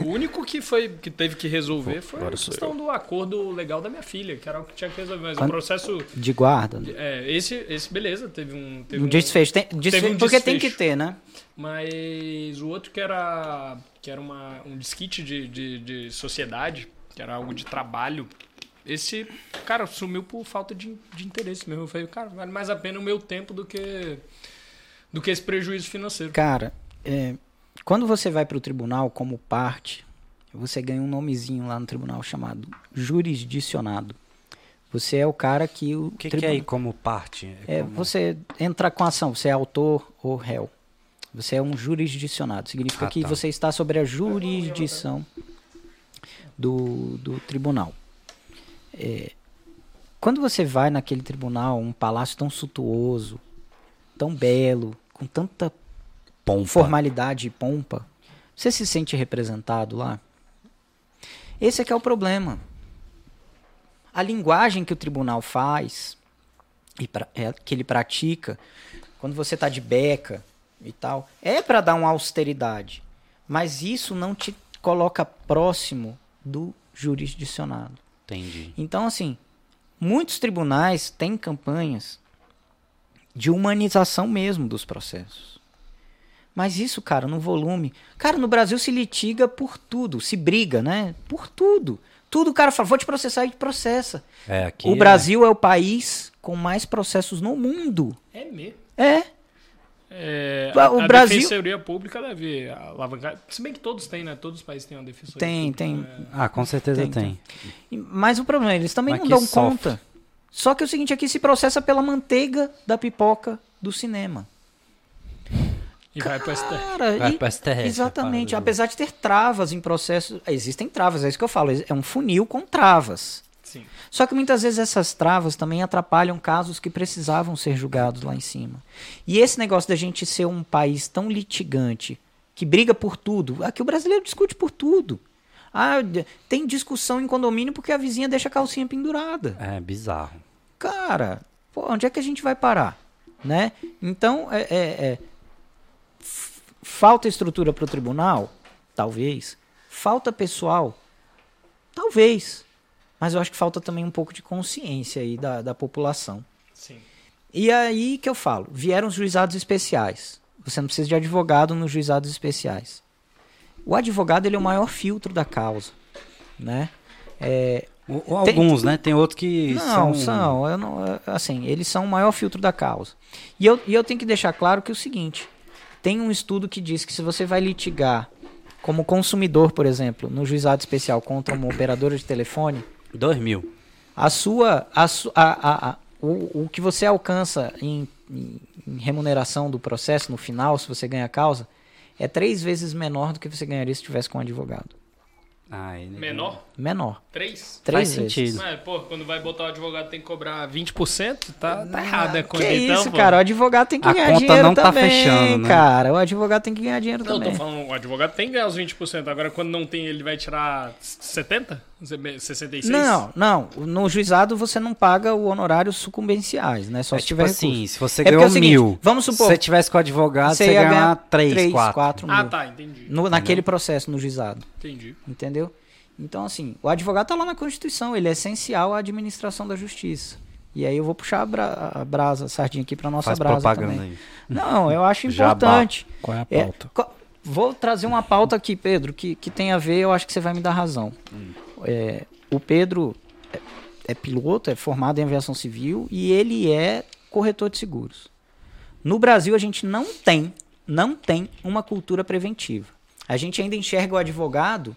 D: o único que, foi, que teve que resolver foi a
E: Agora sou
D: questão do acordo legal da minha filha, que era o que tinha que resolver. Mas
A: Quando-
D: o processo.
A: De guarda. né?
D: É, esse, esse, beleza, teve um. Teve
A: Um desfecho. Tem, desfe-
D: um
A: porque tem que
D: desfecho.
A: ter, né?
D: Mas o outro que era, que era uma, um desquite de, de, de sociedade, que era algo de trabalho, esse, cara, sumiu por falta de, de interesse mesmo. Eu falei, cara, vale mais a pena o meu tempo do que, do que esse prejuízo financeiro.
A: Cara, é, quando você vai pro tribunal como parte, você ganha um nomezinho lá no tribunal chamado jurisdicionado. Você é o cara que o
C: O que, que é
A: tribunal-
C: aí como parte?
A: É,
C: como-
A: você entra com a ação, você é autor ou réu. Você é um jurisdicionado. Significa
C: Ah,
A: que
C: tá.
A: você está sobre a jurisdição do, do tribunal. É, quando você vai naquele tribunal, um palácio tão suntuoso, tão belo, com tanta
C: Pompa.
A: formalidade e pompa, você se sente representado lá? Esse é que é o problema. A linguagem que o tribunal faz e pra- é, que ele pratica, quando você tá de beca e tal, é para dar uma austeridade, mas isso não te coloca próximo do jurisdicionado.
C: Entendi.
A: Então, assim, muitos tribunais têm campanhas de humanização mesmo dos processos. Mas isso, cara, no volume. Cara, no Brasil se litiga por tudo, se briga, né? Por tudo. Tudo o cara fala, vou te processar e te processa.
C: É, aqui
A: o
C: é-
A: Brasil é o país com mais processos no mundo.
D: É mesmo.
A: É.
D: É,
A: Ba-
D: a,
A: o
D: a
A: Brasil-
D: Defensoria Pública deve alavancar. Se bem que todos têm, né? Todos os países têm uma Defensoria
A: Tem,
D: Pública.
A: tem.
D: né?
C: Ah, com certeza
A: Tem,
C: tem.
A: E- Mas o problema é, eles também
C: Mas
A: não
C: que
A: dão
C: sofre.
A: conta. Só que é o seguinte, aqui se processa pela manteiga da pipoca do cinema.
D: E vai pra STF.
A: Cara,
C: Vai
A: e-
C: pro STF,
A: Exatamente.
C: para do-
A: Apesar de ter travas em processos. Existem travas, é isso que eu falo. É um funil com travas.
D: Sim.
A: Só que muitas vezes essas travas também atrapalham casos que precisavam ser julgados lá em cima. E esse negócio da gente ser um país tão litigante, que briga por tudo, aqui o brasileiro discute por tudo. Ah, d- tem discussão em condomínio porque a vizinha deixa a calcinha pendurada
C: É bizarro.
A: cara, pô, onde é que a gente vai parar? Né? Então, é, é- é, f- falta estrutura para o tribunal? Talvez. Falta pessoal? Talvez. Mas eu acho que falta também um pouco de consciência aí da, da população.
D: Sim.
A: E aí que eu falo, vieram os juizados especiais. Você não precisa de advogado nos juizados especiais. O advogado ele é o maior filtro da causa, né? É,
C: O- o-
A: Tem-
C: alguns, né? Tem outros que
A: não,
C: são...
A: são, eu não, é, assim, eles são o maior filtro da causa. E eu, e eu tenho que deixar claro que é o seguinte: tem um estudo que diz que se você vai litigar como consumidor, por exemplo, no juizado especial contra uma operadora de telefone,
C: Dois mil.
A: a sua. A, su- a- a- a- o, o que você alcança em, em- em remuneração do processo no final, se você ganha a causa, é três vezes menor do que você ganharia se tivesse com um advogado.
C: Ai, né?
D: Menor? é?
A: Menor.
D: Três?
A: Três
C: Faz
A: vezes.
C: sentido.
D: Mas, pô, quando vai botar o advogado tem que cobrar 20%, tá, tá errado, né?
A: Que
D: Conde? Então,
A: isso,
D: pô.
A: cara. O advogado tem que
C: A
A: ganhar
C: conta
A: dinheiro
C: não tá
A: também,
C: fechando, né?
A: cara. O advogado tem que ganhar dinheiro
D: Não, eu
A: também.
D: tô falando, o advogado tem que ganhar os 20%. Agora, quando não tem, ele vai tirar 70? 66?
A: Não, não. No juizado você não paga o honorário sucumbenciais, né? Só
C: É
A: se
C: tipo
A: tiver
C: assim, se você
A: É porque é
C: ganhou
A: o seguinte,
C: mil,
A: vamos supor-
C: se você tivesse com o advogado, você,
A: ia
C: ia ganhar
A: ganhar
C: três,
A: 3,
C: quatro.
A: 4 mil.
D: Ah, tá, entendi.
A: No- naquele processo, no juizado.
D: Entendi.
A: Entendeu? Então, assim, o advogado tá lá na Constituição, ele é essencial à administração da justiça. E aí eu vou puxar a, bra- a brasa, a sardinha aqui pra nossa
C: Faz
A: brasa
C: propaganda
A: também.
C: aí.
A: Não, eu acho
C: Jabá.
A: importante.
B: Qual é a
A: É,
B: pauta?
A: co- vou trazer uma pauta aqui, Pedro, que, que tem a ver, eu acho que você vai me dar razão.
B: Hum.
A: É, o Pedro é, é piloto, é formado em aviação civil e ele é corretor de seguros. No Brasil, a gente não tem, não tem uma cultura preventiva. A gente ainda enxerga o advogado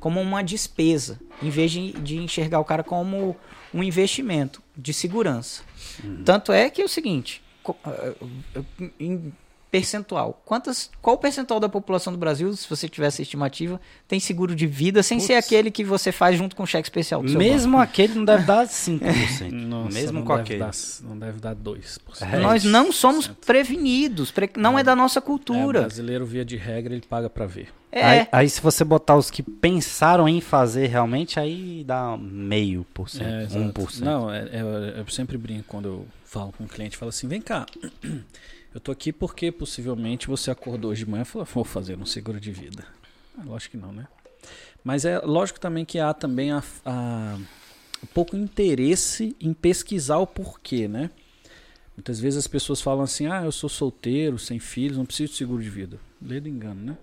A: como uma despesa, em vez de, de enxergar o cara como um investimento de segurança.
C: Uhum.
A: Tanto é que é o seguinte, co- eh, eh, em percentual, quantas, qual o percentual da população do Brasil, se você tiver essa estimativa, tem seguro de vida sem ser aquele que você faz junto com o cheque especial do seu banco?
C: Mesmo aquele não deve dar 5%.
B: Nossa,
C: Mesmo
B: não
C: com
B: deve
C: aquele.
B: dar- não deve dar 2%.
C: É
A: Nós
C: isso.
A: não somos prevenidos, pre- não é da nossa
B: É, o
A: cultura.
B: brasileiro, via de regra, ele paga pra ver.
A: É,
C: Aí, aí se você botar os que pensaram em fazer realmente, aí dá meio por
B: É,
C: cento,
B: exato.
C: um por cento.
B: Não, é- é- eu, sempre brinco quando eu falo com um cliente, falo assim, vem cá, eu tô aqui porque possivelmente você acordou hoje de manhã e falou, vou fazer um seguro de vida. Ah, lógico que não, né? Mas é lógico também que há também a, a- um pouco interesse em pesquisar o porquê, né? Muitas vezes as pessoas falam assim, ah, eu sou solteiro, sem filhos, não preciso de seguro de vida. Lê do engano, né?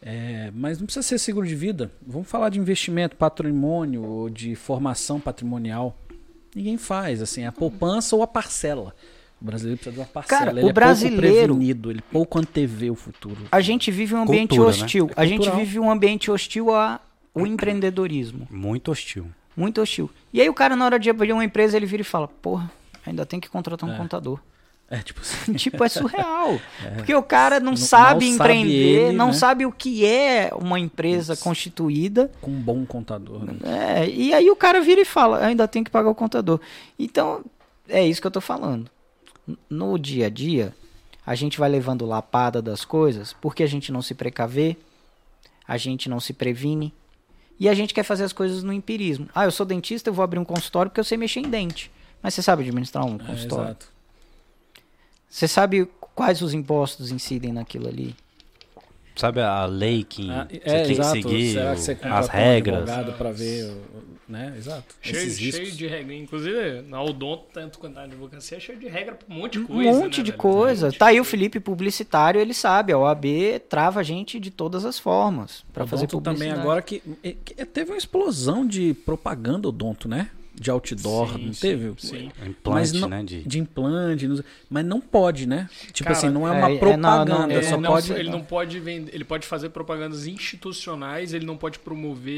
B: É, mas não precisa ser seguro de vida. Vamos falar de investimento, patrimônio ou de formação patrimonial. Ninguém faz, assim, é a poupança ou a parcela. O brasileiro precisa de uma parcela.
A: Cara,
B: ele
A: o
B: é pouco
A: brasileiro-
B: prevenido, ele pouco antevê o futuro.
A: A gente vive um ambiente
C: Cultura, né?
A: hostil.
B: É
A: a gente
B: cultural.
A: vive um ambiente hostil ao empreendedorismo.
C: Muito hostil.
A: Muito hostil. E aí o cara, na hora de abrir uma empresa, ele vira e fala, porra, ainda tem que contratar um contador.
B: É tipo assim.
A: Tipo, é surreal. Porque o cara não
B: Não-
A: sabe
B: mal sabe
A: empreender,
B: ele,
A: não
B: né?
A: sabe o que é uma empresa constituída.
B: com um bom contador. né?
A: É, e aí o cara vira e fala, ainda tem que pagar o contador. Então, é isso que eu tô falando. N- No dia a dia, a gente vai levando lapada das coisas porque a gente não se precaver, a gente não se previne. E a gente quer fazer as coisas no empirismo. Ah, eu sou dentista, eu vou abrir um consultório porque eu sei mexer em dente. Mas você sabe administrar um
B: É,
A: consultório?
B: exato.
A: você sabe quais os impostos incidem naquilo ali?
C: Sabe a lei que
B: Ah,
C: Hum. você
B: é,
C: tem
B: exato.
C: que seguir
B: Será
C: o-
B: que você
C: as
B: contrata um
C: regras?
B: advogado pra ver, o- né? Exato.
D: Cheio,
B: Esses
D: cheio
B: riscos.
D: de regra. Inclusive, na Odonto, tanto quanto na advocacia, é cheio de regra pra um monte de
A: Um
D: coisa.
A: monte
D: né,
A: de
D: velho?
A: coisa.
D: Um monte de
A: Tá aí o
D: coisa.
A: Felipe, publicitário, ele sabe. A OAB trava a gente de todas as formas pra
B: Odonto
A: fazer
B: É também
A: publicidade.
B: agora que, e- que é, teve uma explosão de propaganda odonto, né? De outdoor,
D: Sim,
B: não
D: sim,
B: teve?
D: Sim.
B: Mas
C: Implante,
B: não-
C: né? De...
B: De implante, não sei- mas não pode, né? Tipo
D: Cara,
B: assim, não é
A: é,
B: uma
A: é, não,
B: propaganda,
A: não, é,
B: só
D: não,
B: pode...
D: ele não pode vender, ele pode fazer propagandas institucionais, ele não pode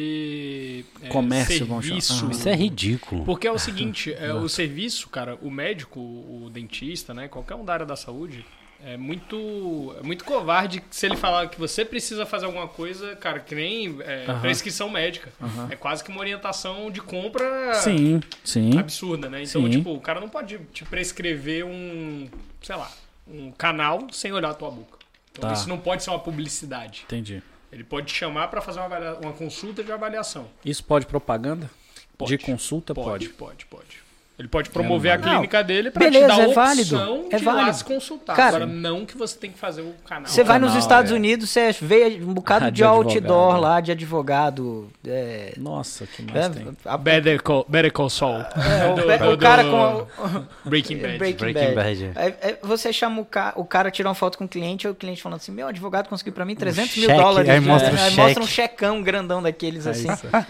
D: promover é,
B: Comércio, vamos chamar.
D: serviço.
B: Ah,
C: Isso é ridículo.
D: Porque é o seguinte, é, o serviço, cara, o médico, o dentista, né, qualquer um da área da saúde, é muito, é muito covarde se ele falar que você precisa fazer alguma coisa, cara, que nem é,
B: Aham.
D: prescrição médica. É quase que uma orientação de
A: é
D: compra
B: Sim, sim.
D: absurda, né? Então,
B: Sim.
D: tipo, o cara não pode te prescrever um, sei lá, um canal sem olhar a tua boca. Então,
B: Tá.
D: isso não pode ser uma publicidade.
B: Entendi.
D: Ele pode te chamar pra fazer uma, avalia- uma consulta de avaliação.
B: Isso pode propaganda?
D: Pode.
B: De consulta?
D: Pode,
B: Pode. É
D: pode, pode. Ele pode promover a
A: Não,
D: clínica dele pra
A: beleza,
D: te dar a
A: é
D: opção
A: válido,
D: de
A: é
D: ir lá
A: válido.
D: se consultar.
A: Cara,
D: Agora, não que você tem que fazer o um canal.
A: Você vai nos
B: Canal,
A: Estados
B: é.
A: Unidos, você vê um bocado
B: Ah,
A: de,
B: de
A: outdoor
B: advogado.
A: lá, de advogado. É,
B: Nossa, que mais
A: é,
B: tem?
A: a-
D: Better Call, Better Call Saul.
A: é, o,
D: Do-
A: be-
D: do-
A: o cara
D: do
A: com a-
D: Breaking Bad.
A: Breaking, Bad.
C: Breaking Bad, é.
A: Aí, aí você chama o, ca o cara, tira uma foto com o cliente, e o cliente falando assim: Meu advogado conseguiu pra mim 300 mil
C: cheque,
A: dólares.
C: aí
A: de-
C: mostra o
A: aí
C: cheque.
A: mostra um checão grandão daqueles assim.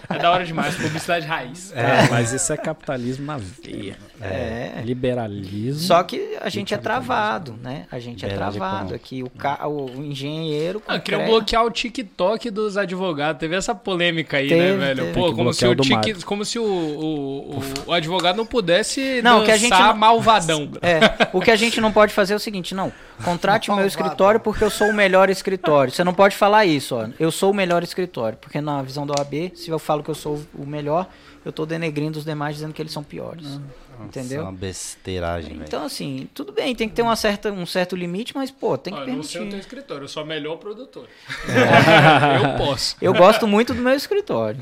D: É da hora demais, publicidade raiz.
B: Ah, mas isso é capitalismo na veia.
A: É.
B: Liberalismo.
A: Só que a gente é travado, né? A gente é
C: Liberdade
A: travado
C: econômica.
A: aqui. O, ca... o o engenheiro.
D: Ah, queriam
A: concreto-
D: bloquear o TikTok dos advogados. Teve essa polêmica aí,
A: Teve,
D: né, velho?
A: teve.
B: Tem
D: Pô,
B: que
D: como se,
B: bloquear
D: o
B: o do
D: tique-
B: Mario.
D: como se o, o, o- o advogado não pudesse
A: Não,
D: dançar
A: que a gente não-
D: malvadão.
A: É, o que a gente não pode fazer é o seguinte, não. Contrate o meu escritório porque eu sou o melhor escritório. Você não pode falar isso, ó. Eu sou o melhor escritório, porque na visão da OAB, se eu falo que eu sou o melhor, eu tô denegrindo os demais dizendo que eles são piores.
C: Isso é
A: entendeu?
C: uma besteiragem, velho.
A: Então assim, tudo bem, tem que ter uma certa, um certo limite, mas pô, tem que um
D: Ah, eu não sei o teu
A: permitir.
D: escritório, eu sou a melhor produtora.
B: É.
D: eu posso.
A: Eu gosto muito do meu escritório.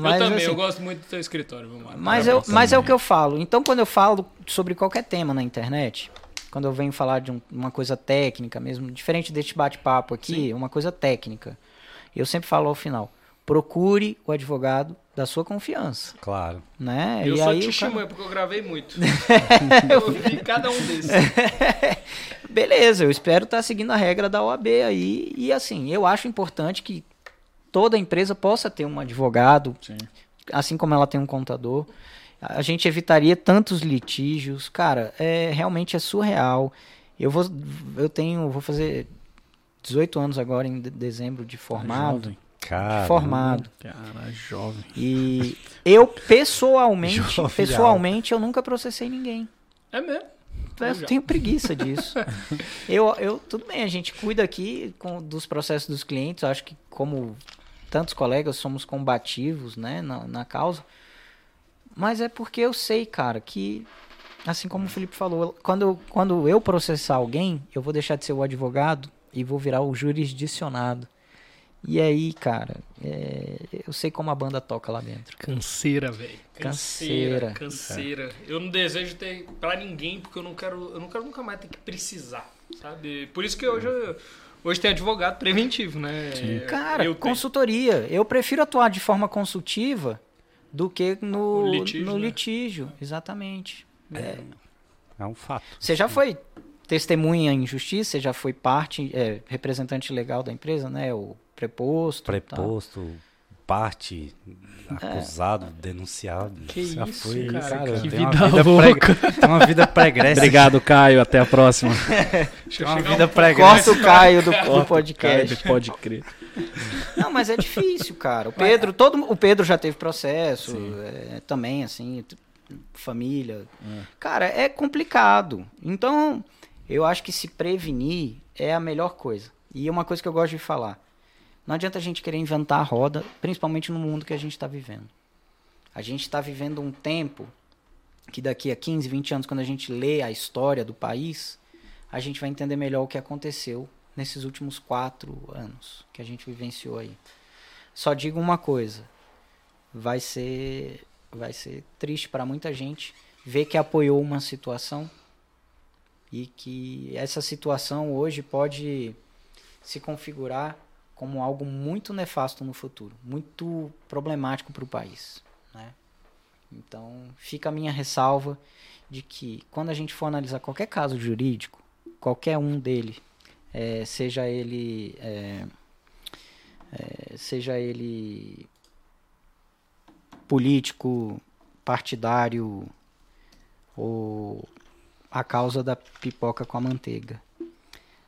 A: Mas,
D: eu também,
A: assim,
D: eu gosto muito do teu escritório, meu mano.
A: Mas, eu, mas é o que eu falo. Então, quando eu falo sobre qualquer tema na internet, quando eu venho falar de um- uma coisa técnica mesmo, diferente deste bate-papo aqui, uma coisa técnica, eu sempre falo ao final: procure o advogado da sua confiança,
C: Claro.
A: né?
D: Eu
A: e
D: só
A: aí
D: te
A: o cara-
D: testemunha, é porque eu gravei muito. eu vi cada um desses.
A: Beleza, eu espero estar seguindo a regra da OAB aí. E assim, eu acho importante que toda empresa possa ter um advogado,
B: Sim.
A: assim como ela tem um contador. A gente evitaria tantos litígios. Cara, é, realmente é surreal. Eu vou. Eu tenho. Vou fazer 18 anos agora em de- dezembro de formado.
B: Jovem.
C: Cara.
A: formado.
B: Cara, jovem.
A: E eu pessoalmente,
C: Jovial.
A: pessoalmente, eu nunca processei ninguém.
D: É mesmo.
A: Eu tenho preguiça disso. eu, eu, tudo bem, a gente cuida aqui com- dos processos dos clientes. Eu acho que, como tantos colegas, somos combativos né, na, na causa. Mas é porque eu sei, cara, que, assim como o Felipe falou, quando, eu- quando eu processar alguém, eu vou deixar de ser o advogado e vou virar o jurisdicionado.
G: E aí, cara, é, eu sei como a banda toca lá dentro.
F: Canseira, velho.
G: Canseira.
D: Canseira. Eu não desejo ter pra ninguém, porque eu não quero, eu não quero nunca mais ter que precisar, sabe? Por isso que hoje eu, hoje tem advogado preventivo, né?
A: Cara,
D: eu tenho.
A: consultoria. Eu prefiro atuar de forma consultiva do que no
D: No
A: litígio.
D: litígio,
A: No
D: né?
A: litígio. Exatamente. É,
C: É um fato.
A: Você já foi testemunha em justiça, você já foi parte, é, representante legal da empresa, né? O preposto. tá? e tal.
C: Preposto, parte, acusado, denunciado.
F: Que
C: já
F: isso,
C: foi,
F: cara,
C: eu
F: que
C: tenho uma
F: vida
C: preg- Tem uma vida pregressa.
B: Obrigado, Caio. Até a próxima.
D: Deixa eu chegar
C: Vida
D: um-
C: pregressa.
A: Corta o Caio do, do
B: Caio,
A: podcast.
B: pode crer.
A: Não, mas é difícil, cara. O Pedro, todo, mu- o Pedro já teve processo, é, também, assim, t- família. Cara, é complicado. Então, eu acho que se prevenir é a melhor coisa. E é uma coisa que eu gosto de falar. Não adianta a gente querer inventar a roda, principalmente no mundo que a gente está vivendo. A gente está vivendo um tempo que daqui a 15, 20 anos, quando a gente lê a história do país, a gente vai entender melhor o que aconteceu nesses últimos quatro anos que a gente vivenciou aí. Só digo uma coisa, vai ser, vai ser triste para muita gente ver que apoiou uma situação e que essa situação hoje pode se configurar como algo muito nefasto no futuro, muito problemático para o país, né? Então fica a minha ressalva de que quando a gente for analisar qualquer caso jurídico, qualquer um dele, eh, seja ele eh, eh, seja ele político, partidário ou a causa da pipoca com a manteiga.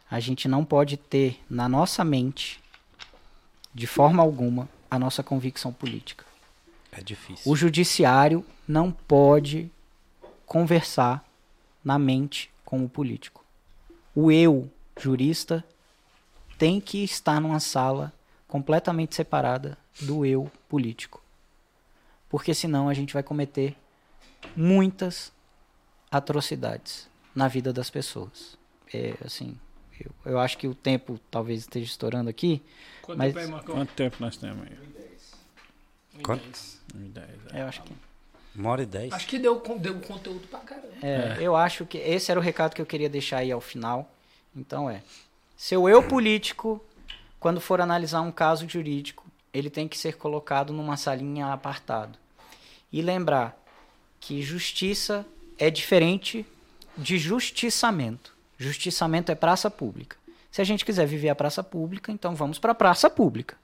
A: A gente não pode ter na nossa mente, de forma alguma, a nossa convicção política.
C: É difícil.
A: O judiciário não pode conversar na mente com o político. O eu, jurista, tem que estar numa sala completamente separada do eu político. Porque senão a gente vai cometer muitas atrocidades na vida das pessoas. É, assim, eu, eu acho que o tempo talvez esteja estourando aqui.
D: Quanto
A: Mas-
D: tempo aí, Marcão?
B: Quanto tempo nós temos aí? né?
C: Quanto?
A: Eu acho que
C: Uma hora e dez.
D: Acho que deu, con- deu conteúdo pra caramba.
A: É, Eu acho que esse era o recado que eu queria deixar aí ao final. Então é, seu eu político, quando for analisar um caso jurídico, ele tem que ser colocado numa salinha apartado. E lembrar que justiça é diferente de justiçamento. Justiçamento é praça pública. Se a gente quiser viver a praça pública, então vamos para a praça pública.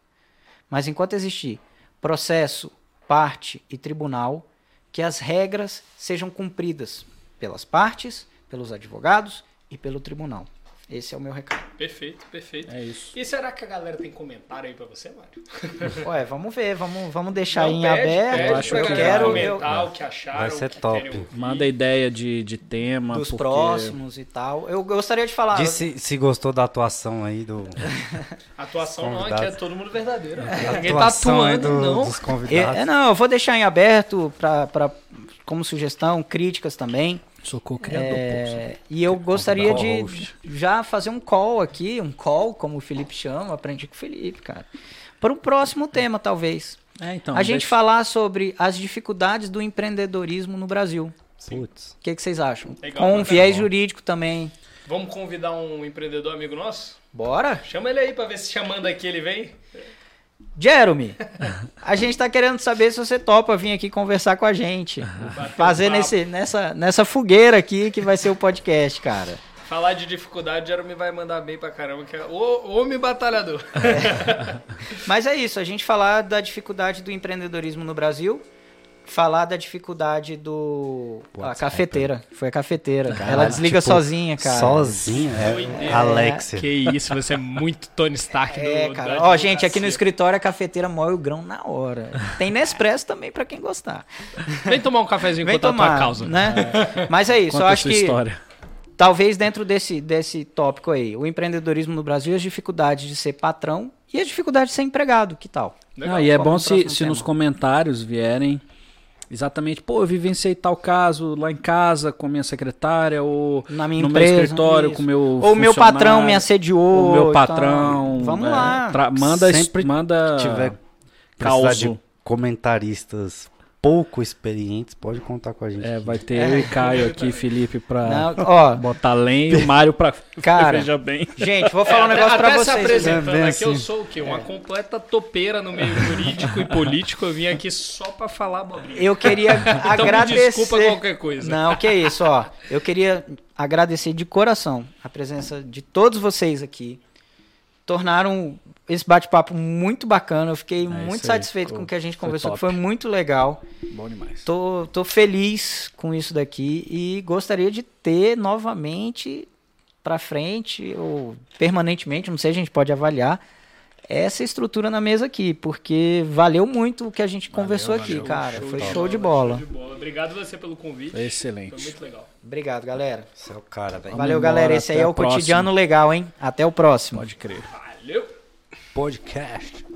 A: Mas enquanto existir processo, parte e tribunal, que as regras sejam cumpridas pelas partes, pelos advogados e pelo tribunal. Esse é o meu recado.
D: Perfeito, perfeito.
B: É isso.
D: E será que a galera tem comentário aí pra você, Mário?
A: Ué, vamos ver, vamos, vamos deixar
D: Não,
A: em
D: pede,
A: aberto.
D: pede
A: eu
B: acho
D: pra
B: que é eu
D: galera
A: quero eu-
D: comentar o que acharam.
C: Vai
D: o
C: ser
D: que
C: top.
D: querem ouvir.
B: Manda ideia de, de tema.
A: dos
B: porque-
A: próximos e tal. Eu gostaria de falar.
C: Diz se, se gostou da atuação aí do.
D: Atuação não, é que é
C: Convidados.
D: todo mundo verdadeiro.
C: da
D: Ninguém tá
C: atuação aí
D: atuando,
C: do-
D: não.
C: Dos
A: É,
C: convidados.
A: é, não, eu vou deixar em aberto pra, pra, como sugestão, críticas também.
B: Sou co-criador. pô.
A: É, e eu gostaria de
C: Co-host.
A: já fazer um call aqui, um call, como o Felipe chama, aprendi com o Felipe, cara. Para um próximo tema, talvez.
B: É, então.
A: a gente
B: deixa-
A: falar sobre as dificuldades do empreendedorismo no Brasil.
C: Putz.
A: O que, que vocês acham?
D: Legal,
A: Com um
D: bacana.
A: viés jurídico também.
D: Vamos convidar um empreendedor amigo nosso?
A: Bora?
D: Chama ele aí pra ver se chamando aqui ele vem.
A: Jeremy, a gente tá querendo saber se você topa vir aqui conversar com a gente. Fazer
D: um papo.
A: nesse, nessa, nessa fogueira aqui que vai ser o podcast, cara.
D: Falar de dificuldade, Jeremy vai mandar bem pra caramba, que é o homem batalhador.
A: Mas é isso, a gente falar da dificuldade do empreendedorismo no Brasil, falar da dificuldade do. a
C: WhatsApp.
A: cafeteira. Foi a cafeteira, cara. Ela
C: Caralho,
A: desliga
C: tipo,
A: sozinha, cara.
C: Sozinho, é.
D: Doideira.
C: Alexia.
F: Que isso, você é muito Tony Stark do
A: É,
F: da
A: cara. Ó, gente,
F: advocacia.
A: aqui no escritório a cafeteira moe o grão na hora. Tem Nespresso também pra quem gostar.
F: Vem tomar um cafezinho
A: Vem
F: contar a
A: tomar,
F: tua causa.
A: né? Mas é isso,
B: Conta
A: eu
B: a
A: acho
B: sua
A: que
B: história.
A: talvez dentro desse, desse tópico aí, o empreendedorismo no Brasil, as dificuldades de ser patrão e as dificuldades de ser empregado, que tal?
B: Ah, e é
A: Qual é o
B: bom se,
A: próximo
B: se
A: tema?
B: nos comentários vierem Exatamente, pô, eu vivenciei tal caso lá em casa com a minha secretária, ou
A: Na minha
B: no
A: empresa.
B: meu escritório
A: isso.
B: com o meu
A: Ou meu
B: funcionário,
A: patrão me assediou.
B: o meu
A: então,
B: patrão.
A: vamos
B: é,
A: lá.
B: tra- manda
C: Sempre
B: manda
C: que tiver precisar
B: caos.
C: de comentaristas pouco experientes, pode contar com a gente.
B: É, vai ter eu e Caio aqui, Felipe, pra
A: Não, ó,
B: botar lenha e o Mário pra
A: Cara.
B: veja bem.
A: gente, vou falar um
B: É,
D: Até-
A: negócio pra
D: até se
A: vocês.
D: apresentando
C: né? Bem
D: aqui, eu
C: assim.
D: sou o quê? Uma completa topeira no meio jurídico e político. Eu vim aqui só pra falar abobrinha.
A: Eu queria
D: Então
A: agradecer.
D: me desculpa qualquer coisa.
A: Não, que isso, ó. Eu queria agradecer de coração a presença de todos vocês aqui. Tornaram esse bate-papo muito bacana. Eu fiquei muito
B: É isso aí,
A: satisfeito
B: ficou-
A: com o que a gente
B: foi
A: conversou, que
B: top.
A: foi muito legal.
B: Bom demais.
A: Tô, tô feliz com isso daqui e gostaria de ter novamente pra frente ou permanentemente, não sei, a gente pode avaliar essa estrutura na mesa aqui, porque valeu muito o que a gente conversou aqui, cara. foi show de bola.
D: Show de bola. Obrigado você pelo convite. Foi
B: Excelente.
D: muito legal.
A: Obrigado, galera.
C: Você é o cara, velho.
A: Valeu,
B: embora,
A: galera. Esse aí
B: até
A: é
B: a
A: o
B: próxima.
A: cotidiano legal, hein? Até o próximo.
B: Pode crer.
D: Valeu!
C: Podcast.